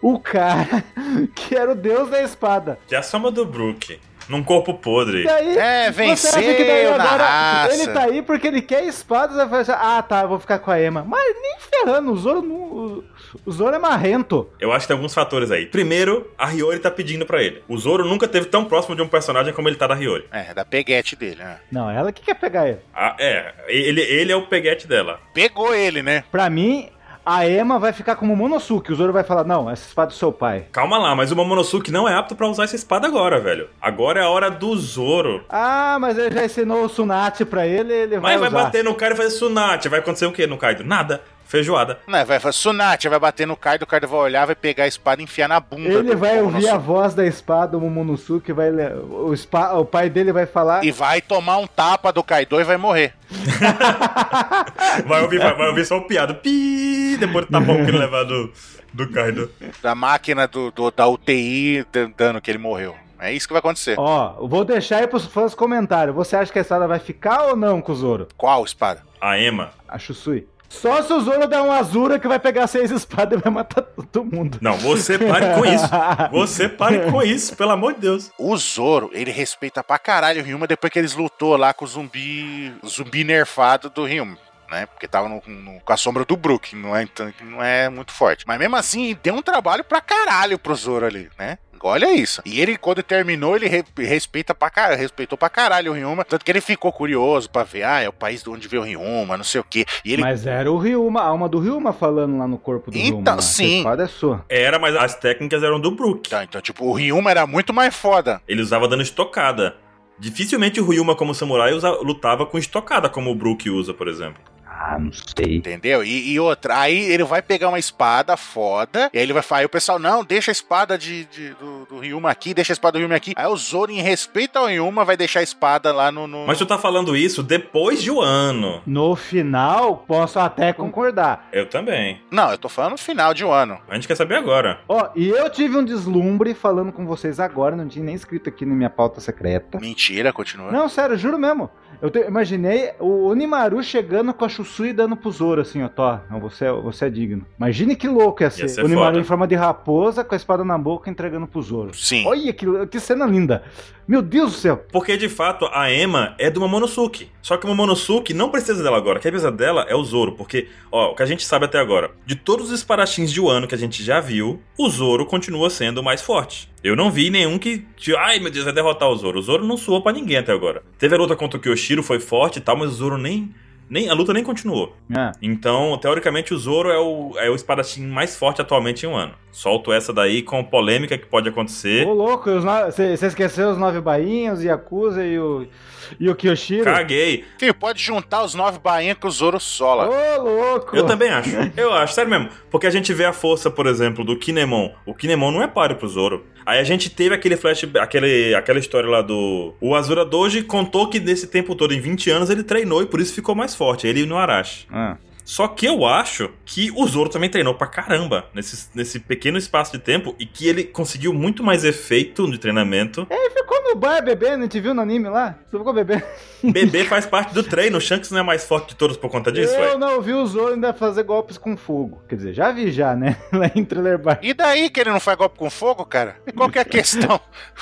S3: o cara <laughs> que era o deus da espada.
S2: Que a é soma do Brook Num corpo podre.
S3: E aí,
S1: É,
S3: você acha que daí
S1: venceu na
S3: agora
S1: raça.
S3: ele tá aí porque ele quer espadas, vai fazer, ah tá, eu vou ficar com a Ema. Mas nem ferrando, o Zoro, não- o- o Zoro é marrento.
S2: Eu acho que tem alguns fatores aí. Primeiro, a Hiyori tá pedindo pra ele. O Zoro nunca teve tão próximo de um personagem como ele tá da Hiyori.
S1: É, da peguete dele, né?
S3: Não, ela que quer pegar ele.
S2: Ah, é, ele, ele é o peguete dela.
S1: Pegou ele, né?
S3: Pra mim, a Ema vai ficar como Monosuke. O Zoro vai falar, não, essa espada é do seu pai.
S2: Calma lá, mas o Momonosuke não é apto pra usar essa espada agora, velho. Agora é a hora do Zoro.
S3: Ah, mas ele já ensinou o Sunat pra ele, ele vai
S2: Mas vai
S3: usar.
S2: bater no cara e fazer Sunat. Vai acontecer o quê no Kaido? Nada. Feijoada.
S1: Não, Né, vai falar, Sunat, vai bater no Kaido, o Kaido vai olhar, vai pegar a espada e enfiar na bunda.
S3: Ele
S1: do-
S3: vai
S1: do
S3: ouvir a
S1: Momonosuke.
S3: voz da espada, o Momonosuke vai... le- O, spa- o pai dele vai falar...
S1: E vai tomar um tapa do Kaido e vai morrer.
S2: Vai ouvir, vai, vai ouvir só o piado. Pi, depois tá bom que ele levar do, do Kaido.
S1: Da máquina do, do- da UTI dan- dando que ele morreu. É isso que vai acontecer.
S3: Ó, vou deixar aí pros fãs comentário. Você acha que a espada vai ficar ou não com o Zoro?
S1: Qual espada?
S2: A Emma.
S3: A Shusui. Só se o Zoro der um Azura que vai pegar seis <laughs> espadas e vai matar todo mundo.
S2: Não, você pare com isso. Você pare com isso, pelo amor de Deus.
S1: O Zoro, ele respeita pra caralho o Ryuma depois que eles lutou lá com o zumbi, zumbi nerfado do Ryuma. Né? Porque tava no- no- com a sombra do Brook, não é, então, não é muito forte. Mas mesmo assim, deu um trabalho pra caralho pro Zoro ali, né? Olha isso. E ele, quando terminou, ele re- respeita pra caralho, respeitou pra caralho o Ryuma. Tanto que ele ficou curioso pra ver, ah, é o país de onde veio o Ryuma, não sei o quê. E ele.
S3: Mas era o Ryuma, a alma do Ryuma falando lá no corpo do
S1: Então,
S3: Ryuma. lá.
S1: sim.
S3: Essa espada é sua.
S2: Era, mas as técnicas eram do Brook.
S1: Então, então, tipo, o Ryuma era muito mais foda.
S2: Ele usava dando estocada. Dificilmente o Ryuma, como samurai, usa- lutava com estocada, como o Brook usa, por exemplo.
S3: Ah, não sei.
S1: Entendeu? E, e outra, aí ele vai pegar uma espada foda, e aí ele vai falar, aí o pessoal, não, deixa a espada de, de- do, do Ryuma aqui, deixa a espada do Ryuma aqui. Aí o Zoro, em respeito ao Ryuma, vai deixar a espada lá no... no-
S2: Mas tu tá falando isso depois de um ano.
S3: No final, posso até concordar.
S2: Eu também.
S1: Não, eu tô falando no final de um ano.
S2: A gente quer saber agora.
S3: Ó, e eu tive um deslumbre falando com vocês agora, não tinha nem escrito aqui na minha pauta secreta.
S1: Mentira, continua.
S3: Não, sério, juro mesmo. Eu te- imaginei o Onimaru chegando com a Shusui dando pro Zoro, assim, ó, Tó, não, você, é- você é digno. Imagine que louco ia ser.
S2: Ia ser
S3: o Onimaru
S2: foda.
S3: em forma de raposa, com a espada na boca, entregando pro Zoro.
S1: Sim.
S3: Olha que, que cena linda. Meu Deus do céu.
S2: Porque, de fato, a Emma é do Momonosuke. Só que o Momonosuke não precisa dela agora. Quem precisa dela é o Zoro. Porque, ó, o que a gente sabe até agora. De todos os espadachins de Wano que a gente já viu, o Zoro continua sendo o mais forte. Eu não vi nenhum que... tipo, Ai, meu Deus, vai derrotar o Zoro. O Zoro não suou pra ninguém até agora. Teve a luta contra o Kyoshiro, foi forte e tal, mas o Zoro nem... nem a luta nem continuou.
S3: É.
S2: Então, teoricamente, o Zoro é o, é o espadachim mais forte atualmente em um ano. Solto essa daí com polêmica que pode acontecer.
S3: Ô, louco, você esqueceu os nove bainhos, o Yakuza e o, e o Kyoshiro?
S2: Caguei.
S1: Filho, pode juntar os nove bainhas que o Zoro sola.
S3: Ô, louco.
S2: Eu também acho. Eu acho, sério mesmo. Porque a gente vê a força, por exemplo, do Kinemon. O Kinemon não é páreo pro Zoro. Aí a gente teve aquele flash, aquele, aquela história lá do. O Azura Doji contou que nesse tempo todo, em 20 anos, ele treinou e por isso ficou mais forte. Ele e o Arashi.
S3: Ah.
S2: Só que eu acho que o Zoro também treinou pra caramba nesse, nesse pequeno espaço de tempo e que ele conseguiu muito mais efeito de treinamento.
S3: Ficou no bar bebendo, a gente viu no anime lá? Você ficou bebendo?
S2: Bebê faz parte do treino, o Shanks não é mais forte de todos por conta disso,
S3: eu
S2: velho.
S3: não vi o Zoro ainda fazer golpes com fogo. Quer dizer, já vi já, né? <laughs> Lá em Thriller Bar.
S1: E daí que ele não faz golpe com fogo, cara? E Qual que é a questão? <laughs>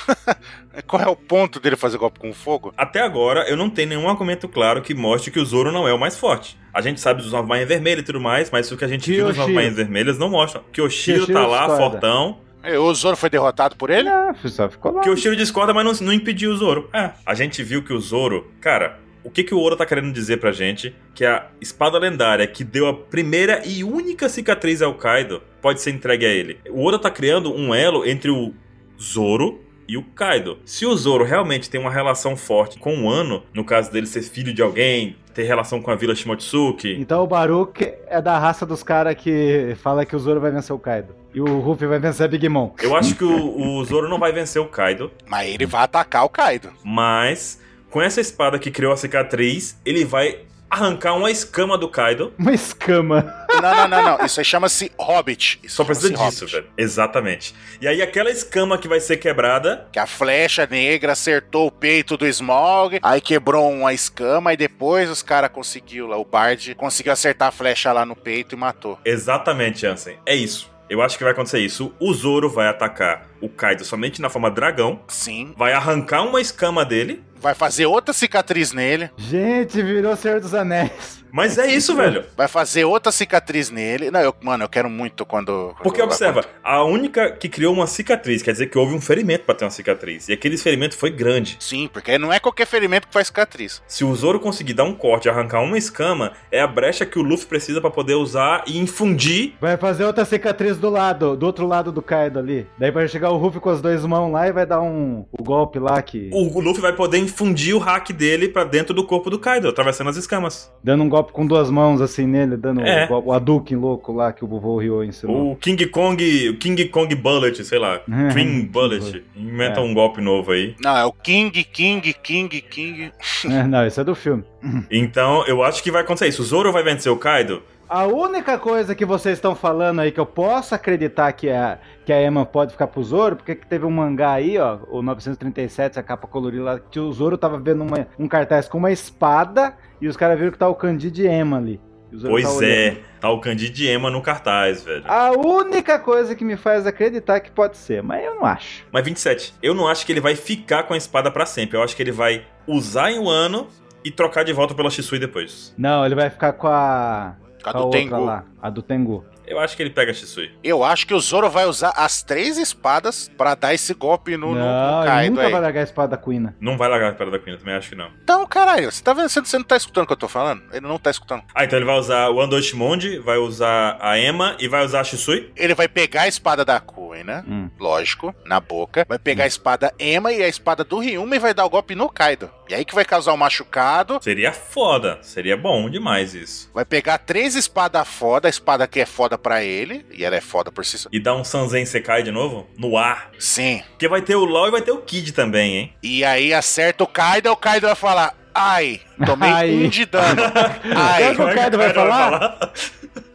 S1: Qual é o ponto dele fazer golpe com fogo?
S2: Até agora, eu não tenho nenhum argumento claro que mostre que o Zoro não é o mais forte. A gente sabe dos Nove Bainhas Vermelhas e tudo mais, mas o que a gente viu nos
S3: Kyoshiro.
S2: Nove Bainhas Vermelhas não mostra. Kyoshiro
S3: Kyoshiro
S2: tá lá,
S3: discorda.
S2: fortão.
S1: E O Zoro foi derrotado por ele?
S3: Ah, só ficou lá.
S2: Kyoshiro discorda, mas não, não impediu o Zoro. É, a gente viu que o Zoro... Cara, o que, que o Oro tá querendo dizer pra gente? Que a espada lendária que deu a primeira e única cicatriz ao Kaido pode ser entregue a ele. O Oro tá criando um elo entre o Zoro e o Kaido. Se o Zoro realmente tem uma relação forte com o Ano, no caso dele ser filho de alguém, ter relação com a Vila Shimotsuki,
S3: Então o Baruch é da raça dos caras que fala que o Zoro vai vencer o Kaido. E o Ruffy vai vencer a Big Mom.
S2: eu acho que o, o Zoro não vai vencer o Kaido,
S1: Mas ele vai atacar o Kaido.
S2: mas com essa espada que criou a cicatriz, ele vai arrancar uma escama do Kaido.
S3: Uma escama.
S1: Não, não, não, não. Isso aí chama-se Hobbit. Isso
S2: Só precisa
S1: chama-se
S2: disso,
S1: Assim, Hobbit.
S2: velho. Exatamente. E aí aquela escama que vai ser quebrada,
S1: Que a flecha negra acertou o peito do Smog, aí quebrou uma escama, e depois os caras conseguiu lá, o Bard conseguiu acertar a flecha lá no peito e matou.
S2: exatamente, Ansem. É isso. Eu acho que vai acontecer isso. O Zoro vai atacar o Kaido somente na forma dragão,
S1: Sim.
S2: vai arrancar uma escama dele.
S1: Vai fazer outra cicatriz nele.
S3: Gente, virou Senhor dos Anéis.
S2: Mas é isso, velho.
S1: Vai fazer outra cicatriz nele. Não, eu, mano, eu quero muito quando. quando
S2: Porque
S1: vai
S2: observa, a única que criou uma cicatriz, quer dizer que houve um ferimento pra ter uma cicatriz. E aquele ferimento foi grande.
S1: Sim, porque não é qualquer ferimento que faz cicatriz.
S2: Se o Zoro conseguir dar um corte e arrancar uma escama, é a brecha que o Luffy precisa pra poder usar e infundir.
S3: Vai fazer outra cicatriz do lado, do outro lado do Kaido ali. Daí vai chegar o Ruffy com as duas mãos lá e vai dar um o golpe lá que.
S2: O Luffy vai poder infundir o hack dele pra dentro do corpo do Kaido, atravessando as escamas.
S3: Dando um golpe com duas mãos assim nele, dando
S2: É.
S3: o, gol- o Hadouken louco lá que o vovô Ryo ensinou.
S2: O King Kong, o King Kong Bullet, sei lá, Twin Bullet. Inventa
S3: É.
S2: um golpe novo
S3: <laughs>
S2: aí.
S1: Não, é o King, King, King, King.
S3: <laughs> É, não, isso é do filme.
S2: Então, eu acho que vai acontecer isso. O Zoro vai vencer o Kaido?
S3: A única coisa que vocês estão falando aí que eu posso acreditar que a, que a Emma pode ficar pro Zoro, porque que teve um mangá aí, ó, o 937, a capa colorida lá, que o Zoro tava vendo uma- um cartaz com uma espada e os caras viram que tá o Candide Emma ali. E o Zoro tá
S2: Pois
S3: olhando.
S2: é, tá o Candide Ema no cartaz, velho.
S3: A única coisa que me faz acreditar que pode ser, mas eu não acho.
S2: Mas 27, eu não acho que ele vai ficar com a espada pra sempre. Eu acho que ele vai usar em um ano e trocar de volta pela Shisui depois.
S3: Não, ele vai ficar com a.
S1: A
S3: com
S1: do
S3: outra
S1: Tengu.
S3: lá, a do Tengu.
S2: Eu acho que ele pega a Shisui.
S1: Eu acho que o Zoro vai usar as três espadas pra dar esse golpe no, no- no
S3: não, ele
S1: Kaido
S3: nunca
S1: aí.
S3: vai largar a espada da Quina.
S2: Não vai largar a espada da Queen, eu também acho que não.
S1: Então, caralho, você tá vendo? Você você não tá escutando o que eu tô falando? Ele não tá escutando.
S2: Ah, então ele vai usar o Andoshimond, vai usar a Emma e vai usar a Shisui?
S1: Ele vai pegar a espada da Kui, né?
S3: Hum.
S1: Lógico, na boca. Vai pegar a espada Ema e a espada do Ryuma e vai dar o golpe no Kaido. E aí que vai causar o machucado.
S2: Seria foda, seria bom demais isso.
S1: Vai pegar três espadas foda, a espada que é foda pra ele, e ela é foda por si só.
S2: E dar um Sanzen Sekai de novo? No ar.
S1: Sim.
S2: Porque vai ter o LOL e vai ter o Kid também, hein?
S1: E aí acerta o Kaido, o Kaido vai falar: Ai, tomei
S3: Ai.
S1: um de
S3: <laughs>
S1: dano.
S3: Sabe
S1: Ai,
S3: o que
S2: <laughs>
S3: o Kaido vai falar?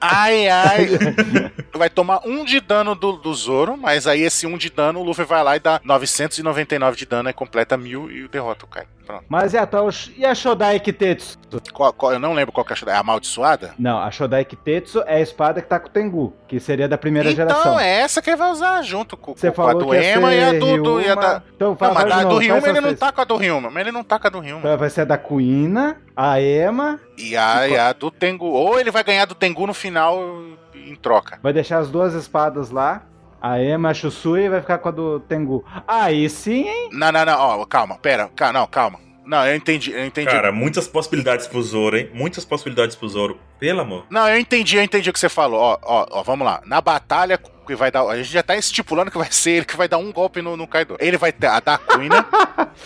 S1: ai,
S3: <laughs>
S1: ai. Vai tomar um de dano do, do Zoro, mas aí esse um de dano, o Luffy vai lá e dá 999 de dano, aí completa mil e derrota o Kaido. Pronto.
S3: Mas e a, tal, e a Shodai Kitetsu?
S1: Qual- qual- eu não lembro qual que é a Shodai, é a amaldiçoada?
S3: Não, a Shodai Kitetsu é a espada que tá com o Tengu, que seria da primeira
S1: então
S3: geração.
S1: é essa que ele vai usar junto com,
S3: Você
S1: com a
S3: falou
S1: do
S3: que ia
S1: Ema e a
S3: ser
S1: do, do- e a
S3: Ryuma.
S1: da.
S3: Então,
S1: Não,
S3: fala,
S1: mas
S3: fala
S1: a
S3: de
S1: do
S3: novo, faz
S1: Ryuma
S3: essas
S1: ele não
S3: três.
S1: tá com a do Ryuma, mas ele não tá com a do Ryuma.
S3: Então vai ser a da Kuina, a Ema,
S1: E a, e a do Tengu. Ou ele vai ganhar do Tengu no final em troca.
S3: vai deixar as duas espadas lá. A Ema, a Shusui vai ficar com a do Tengu. Aí sim, hein?
S1: Não, não, não. Ó, calma, pera. Ca- não, calma. Não, eu entendi, eu entendi.
S2: Cara, muitas possibilidades pro Zoro, hein? Muitas possibilidades pro Zoro. Pelo amor.
S1: Não, eu entendi, eu entendi o que você falou. Ó, ó, ó, vamos lá. Na batalha que vai dar. A gente já tá estipulando que vai ser ele que vai dar um golpe no, no Kaido. Ele vai ter a né? da Kuina.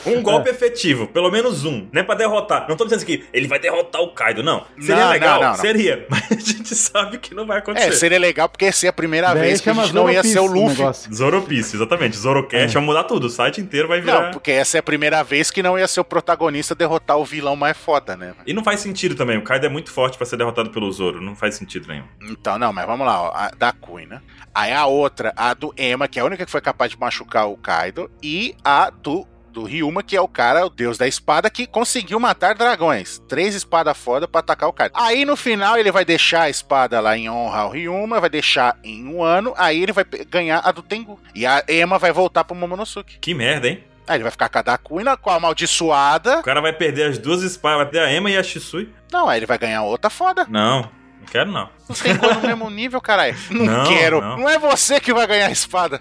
S1: É.
S2: Um golpe efetivo, pelo menos um. Não é pra derrotar. Não tô dizendo que ele vai derrotar o Kaido, não. Seria
S1: Não,
S2: legal,
S1: não, não, não.
S2: seria. <laughs> Mas a gente sabe que não vai
S1: é,
S2: acontecer.
S1: seria legal porque ia ser a primeira
S3: Daí
S1: vez que a
S3: chama
S1: gente não
S3: Zoro
S1: ia
S3: Piece
S1: ser o
S3: o
S1: Luffy.
S3: negócio.
S2: Zoropist, exatamente.
S3: É.
S2: Zorocast vai mudar tudo. O site inteiro vai virar.
S1: Não, porque essa é a primeira vez que não ia ser o protagonista derrotar o vilão mais foda, né?
S2: E não faz sentido também. O Kaido é muito forte pra ser derrotado pelo Zoro. Não faz sentido nenhum.
S1: Então, não, mas vamos lá, ó, a da Queen, né? Aí a outra, a do Emma, que é a única que foi capaz de machucar o Kaido, e a do, do Ryuma, que é o cara, o deus da espada, que conseguiu matar dragões. Três espadas foda pra atacar o Kaido. Aí no final ele vai deixar a espada lá em honra ao Ryuma, vai deixar em um ano, aí ele vai pe- ganhar a do Tengu. E a Emma vai voltar pro Momonosuke.
S2: Que merda, hein?
S1: Aí ele vai ficar com a da Queen, com a amaldiçoada.
S2: O cara vai perder as duas espadas, vai perder a Emma e a Shisui.
S1: Não, aí ele vai ganhar outra foda.
S2: Não, não quero não.
S1: Não tem coisa no mesmo <laughs> nível, caralho. Não,
S2: Não,
S1: quero.
S2: não.
S1: Não. é você que vai ganhar a espada.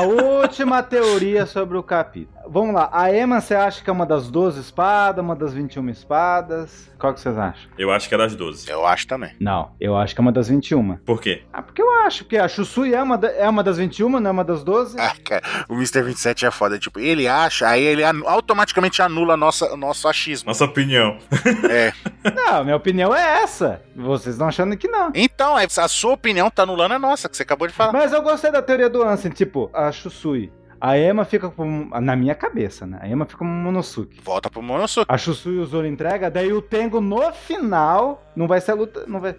S1: <laughs>
S3: última teoria sobre o capítulo. Vamos lá. A Ema, você acha que é uma das 12 espadas, uma das 21 espadas? Qual que vocês acham?
S2: Eu acho que é das 12.
S1: Eu acho também. <laughs>
S3: Não, eu acho que é uma das 21.
S2: Por quê?
S3: Ah, porque eu acho, porque a Shusui é uma, da- é uma das 21, não é uma das 12?
S1: Ah, cara, o Mr. 27 é foda. Tipo, ele acha, aí ele anu- automaticamente anula a nossa, o nosso achismo.
S2: Nossa opinião.
S1: É.
S3: Não, minha opinião é essa. Vocês estão achando que não.
S1: Então, é- a sua opinião tá anulando a nossa, que você acabou de falar.
S3: Mas eu gostei da teoria do Ansem, tipo, a Shusui. A Ema fica com. Na minha cabeça, né? A Ema fica com o Monosuke.
S1: Volta pro Monosuke.
S3: A Shusui e o Zoro entrega, daí o Tengo no final. Não vai ser a luta. Não vai,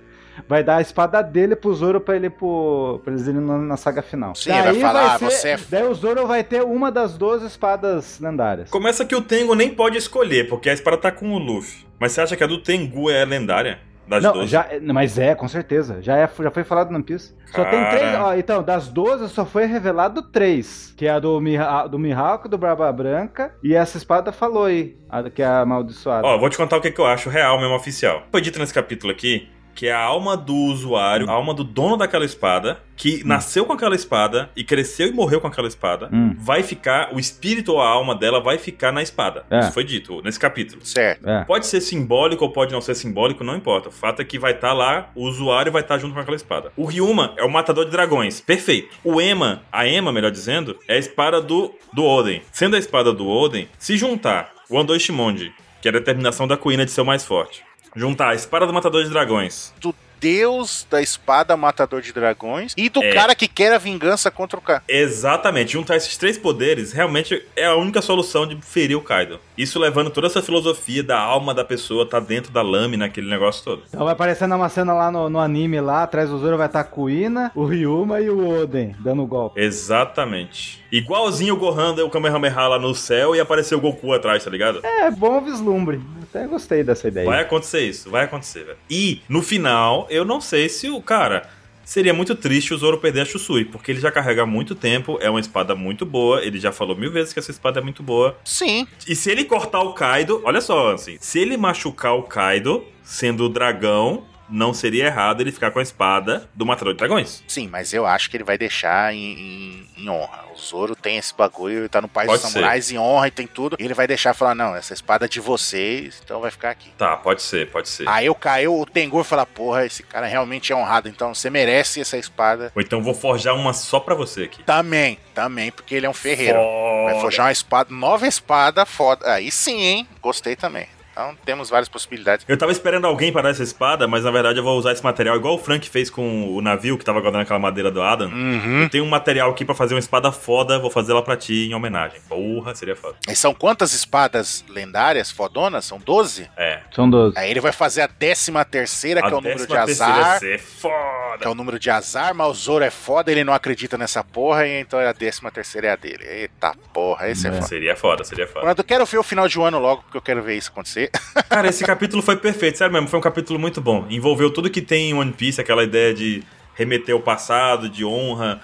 S3: vai dar a espada dele pro Zoro pra ele pro. pra eles irem na, na saga final.
S1: Sim, ele vai falar, "Ah, você é f-".
S3: Daí o Zoro vai ter uma das 12 espadas lendárias.
S2: Começa que o Tengu nem pode escolher, porque a espada tá com o Luffy. Mas você acha que a do Tengu é lendária? Das
S3: não,
S2: 12.
S3: já, mas é, com certeza. Já, é, já foi falado no One Piece. Só tem
S2: Cara.
S3: três. Ó, então, das 12 só foi revelado três. Que é a do, Miha, do Mihawk, do Barba Branca. E essa espada falou aí, a- que é a amaldiçoada.
S2: Ó, vou te contar o que, que eu acho real mesmo oficial. Foi dito nesse capítulo aqui que é a alma do usuário, a alma do dono daquela espada, que nasceu com aquela espada e cresceu e morreu com aquela espada,
S3: Hum.
S2: vai ficar, o espírito ou a alma dela vai ficar na espada.
S3: É.
S2: Isso foi dito nesse capítulo.
S1: Certo.
S3: É.
S2: Pode ser simbólico ou pode não ser simbólico, não importa. O fato é que vai estar lá, o usuário vai estar junto com aquela espada. O Ryuma é o matador de dragões, perfeito. O Ema, a Ema, melhor dizendo, é a espada do, do Oden. Sendo a espada do Oden, se juntar o Ando Shimonji, que é a determinação da Kuina de ser o mais forte, juntar a espada do matador de dragões.
S1: Do deus da espada matador de dragões e do
S2: É.
S1: cara que quer a vingança contra o cara.
S2: Exatamente, juntar esses três poderes realmente é a única solução de ferir o Kaido. Isso levando toda essa filosofia da alma da pessoa tá dentro da lâmina, aquele negócio todo.
S3: Então vai aparecendo uma cena lá no, no anime lá, atrás do Zoro vai estar a Kuina, o Ryuma e o Oden dando o golpe.
S2: Exatamente. Igualzinho o Gohan deu o Kamehameha lá no céu e apareceu o Goku atrás, tá ligado?
S3: É, bom vislumbre. Até gostei dessa ideia.
S2: Vai acontecer isso, vai acontecer, velho. E, no final, eu não sei se o cara. Seria muito triste o Zoro perder a Shusui, porque ele já carrega há muito tempo, é uma espada muito boa, ele já falou mil vezes que essa espada é muito boa.
S1: Sim.
S2: E se ele cortar o Kaido, olha só, assim, se ele machucar o Kaido, sendo o dragão, não seria errado ele ficar com a espada do Matador de Dragões.
S1: Sim, mas eu acho que ele vai deixar em, em- em honra. O Zoro tem esse bagulho, ele tá no país
S2: Pode
S1: dos
S2: ser.
S1: samurais, em honra e tem tudo. E ele vai deixar falar: não, essa espada é de vocês, então vai ficar aqui.
S2: Tá, pode ser, pode ser.
S1: Aí eu caiu o Tengu e fala: porra, esse cara realmente é honrado, então você merece essa espada.
S2: Ou então vou forjar uma só pra você aqui.
S1: Também, também, porque ele é um ferreiro. Vai
S2: Foda.
S1: forjar uma espada, nova espada, foda. Aí sim, hein? Gostei também. Então temos várias possibilidades.
S2: Eu tava esperando alguém para dar essa espada, mas na verdade eu vou usar esse material igual o Frank fez com o navio que tava guardando aquela madeira do Adam.
S1: Uhum.
S2: Tem um material aqui pra fazer uma espada foda, vou fazer ela pra ti em homenagem. Porra, seria foda.
S1: E são quantas espadas lendárias, fodonas? São 12?
S2: É.
S3: São 12.
S1: Aí ele vai fazer a décima terceira, que é o número de
S2: 13ª
S1: azar.
S2: ser
S1: Que é
S2: foda.
S1: o número de azar, mas o Zoro é foda, ele não acredita nessa porra, e então a décima terceira é a dele. Eita porra, esse é,
S3: É.
S1: foda.
S2: Seria foda, seria foda.
S1: Quando eu quero ver o final de um ano logo, porque eu quero ver isso acontecer.
S2: Cara, esse capítulo foi perfeito, sério mesmo, foi um capítulo muito bom. Envolveu tudo que tem em One Piece, aquela ideia de remeter ao passado, de honra,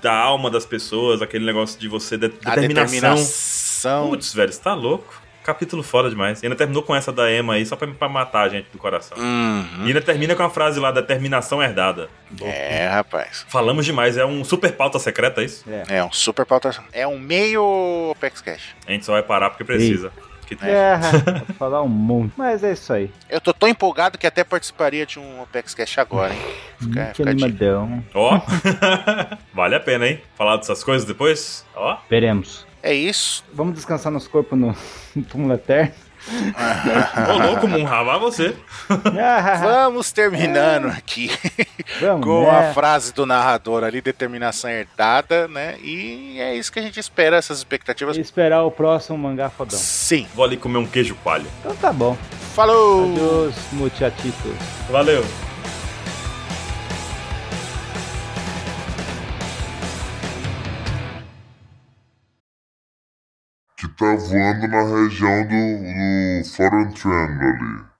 S2: da alma das pessoas, aquele negócio de você de
S1: A
S2: determinação.
S1: determinação.
S2: Putz, velho, você tá louco. Capítulo foda demais. E ainda terminou com essa da Emma aí, só pra, pra matar a gente do coração.
S1: Uhum.
S2: E ainda termina com a frase lá, determinação herdada.
S1: É, rapaz.
S2: Falamos demais, é um super pauta secreta é isso?
S1: É um super pauta. É um meio Opex Cash.
S2: A gente só vai parar porque precisa. Que tem.
S3: É, <laughs> vou falar um monte. Mas é isso aí.
S1: Eu tô tão empolgado que até participaria de um Opex Cash agora, hein? Fica,
S3: Hum, que
S1: fica a dica.
S3: animadão.
S2: Ó, <laughs> vale a pena, hein? Falar dessas coisas depois? Ó,
S3: Veremos.
S1: É isso.
S3: Vamos descansar nosso corpo no, <laughs> no túmulo eterno.
S2: ô louco, Munha, vai você.
S3: Ah, É.
S1: Vamos terminando aqui
S3: <laughs> Vamos,
S1: <laughs> com
S3: né?
S1: a frase do narrador ali, determinação herdada, né? E é isso que a gente espera, essas expectativas.
S3: E esperar o próximo mangá fodão.
S1: Sim.
S2: Vou ali comer um queijo palha.
S3: Então tá bom.
S1: Falou!
S3: Adeus, muchachitos.
S2: Valeu.
S5: Que tá voando na região do, do Foreign Triangle ali.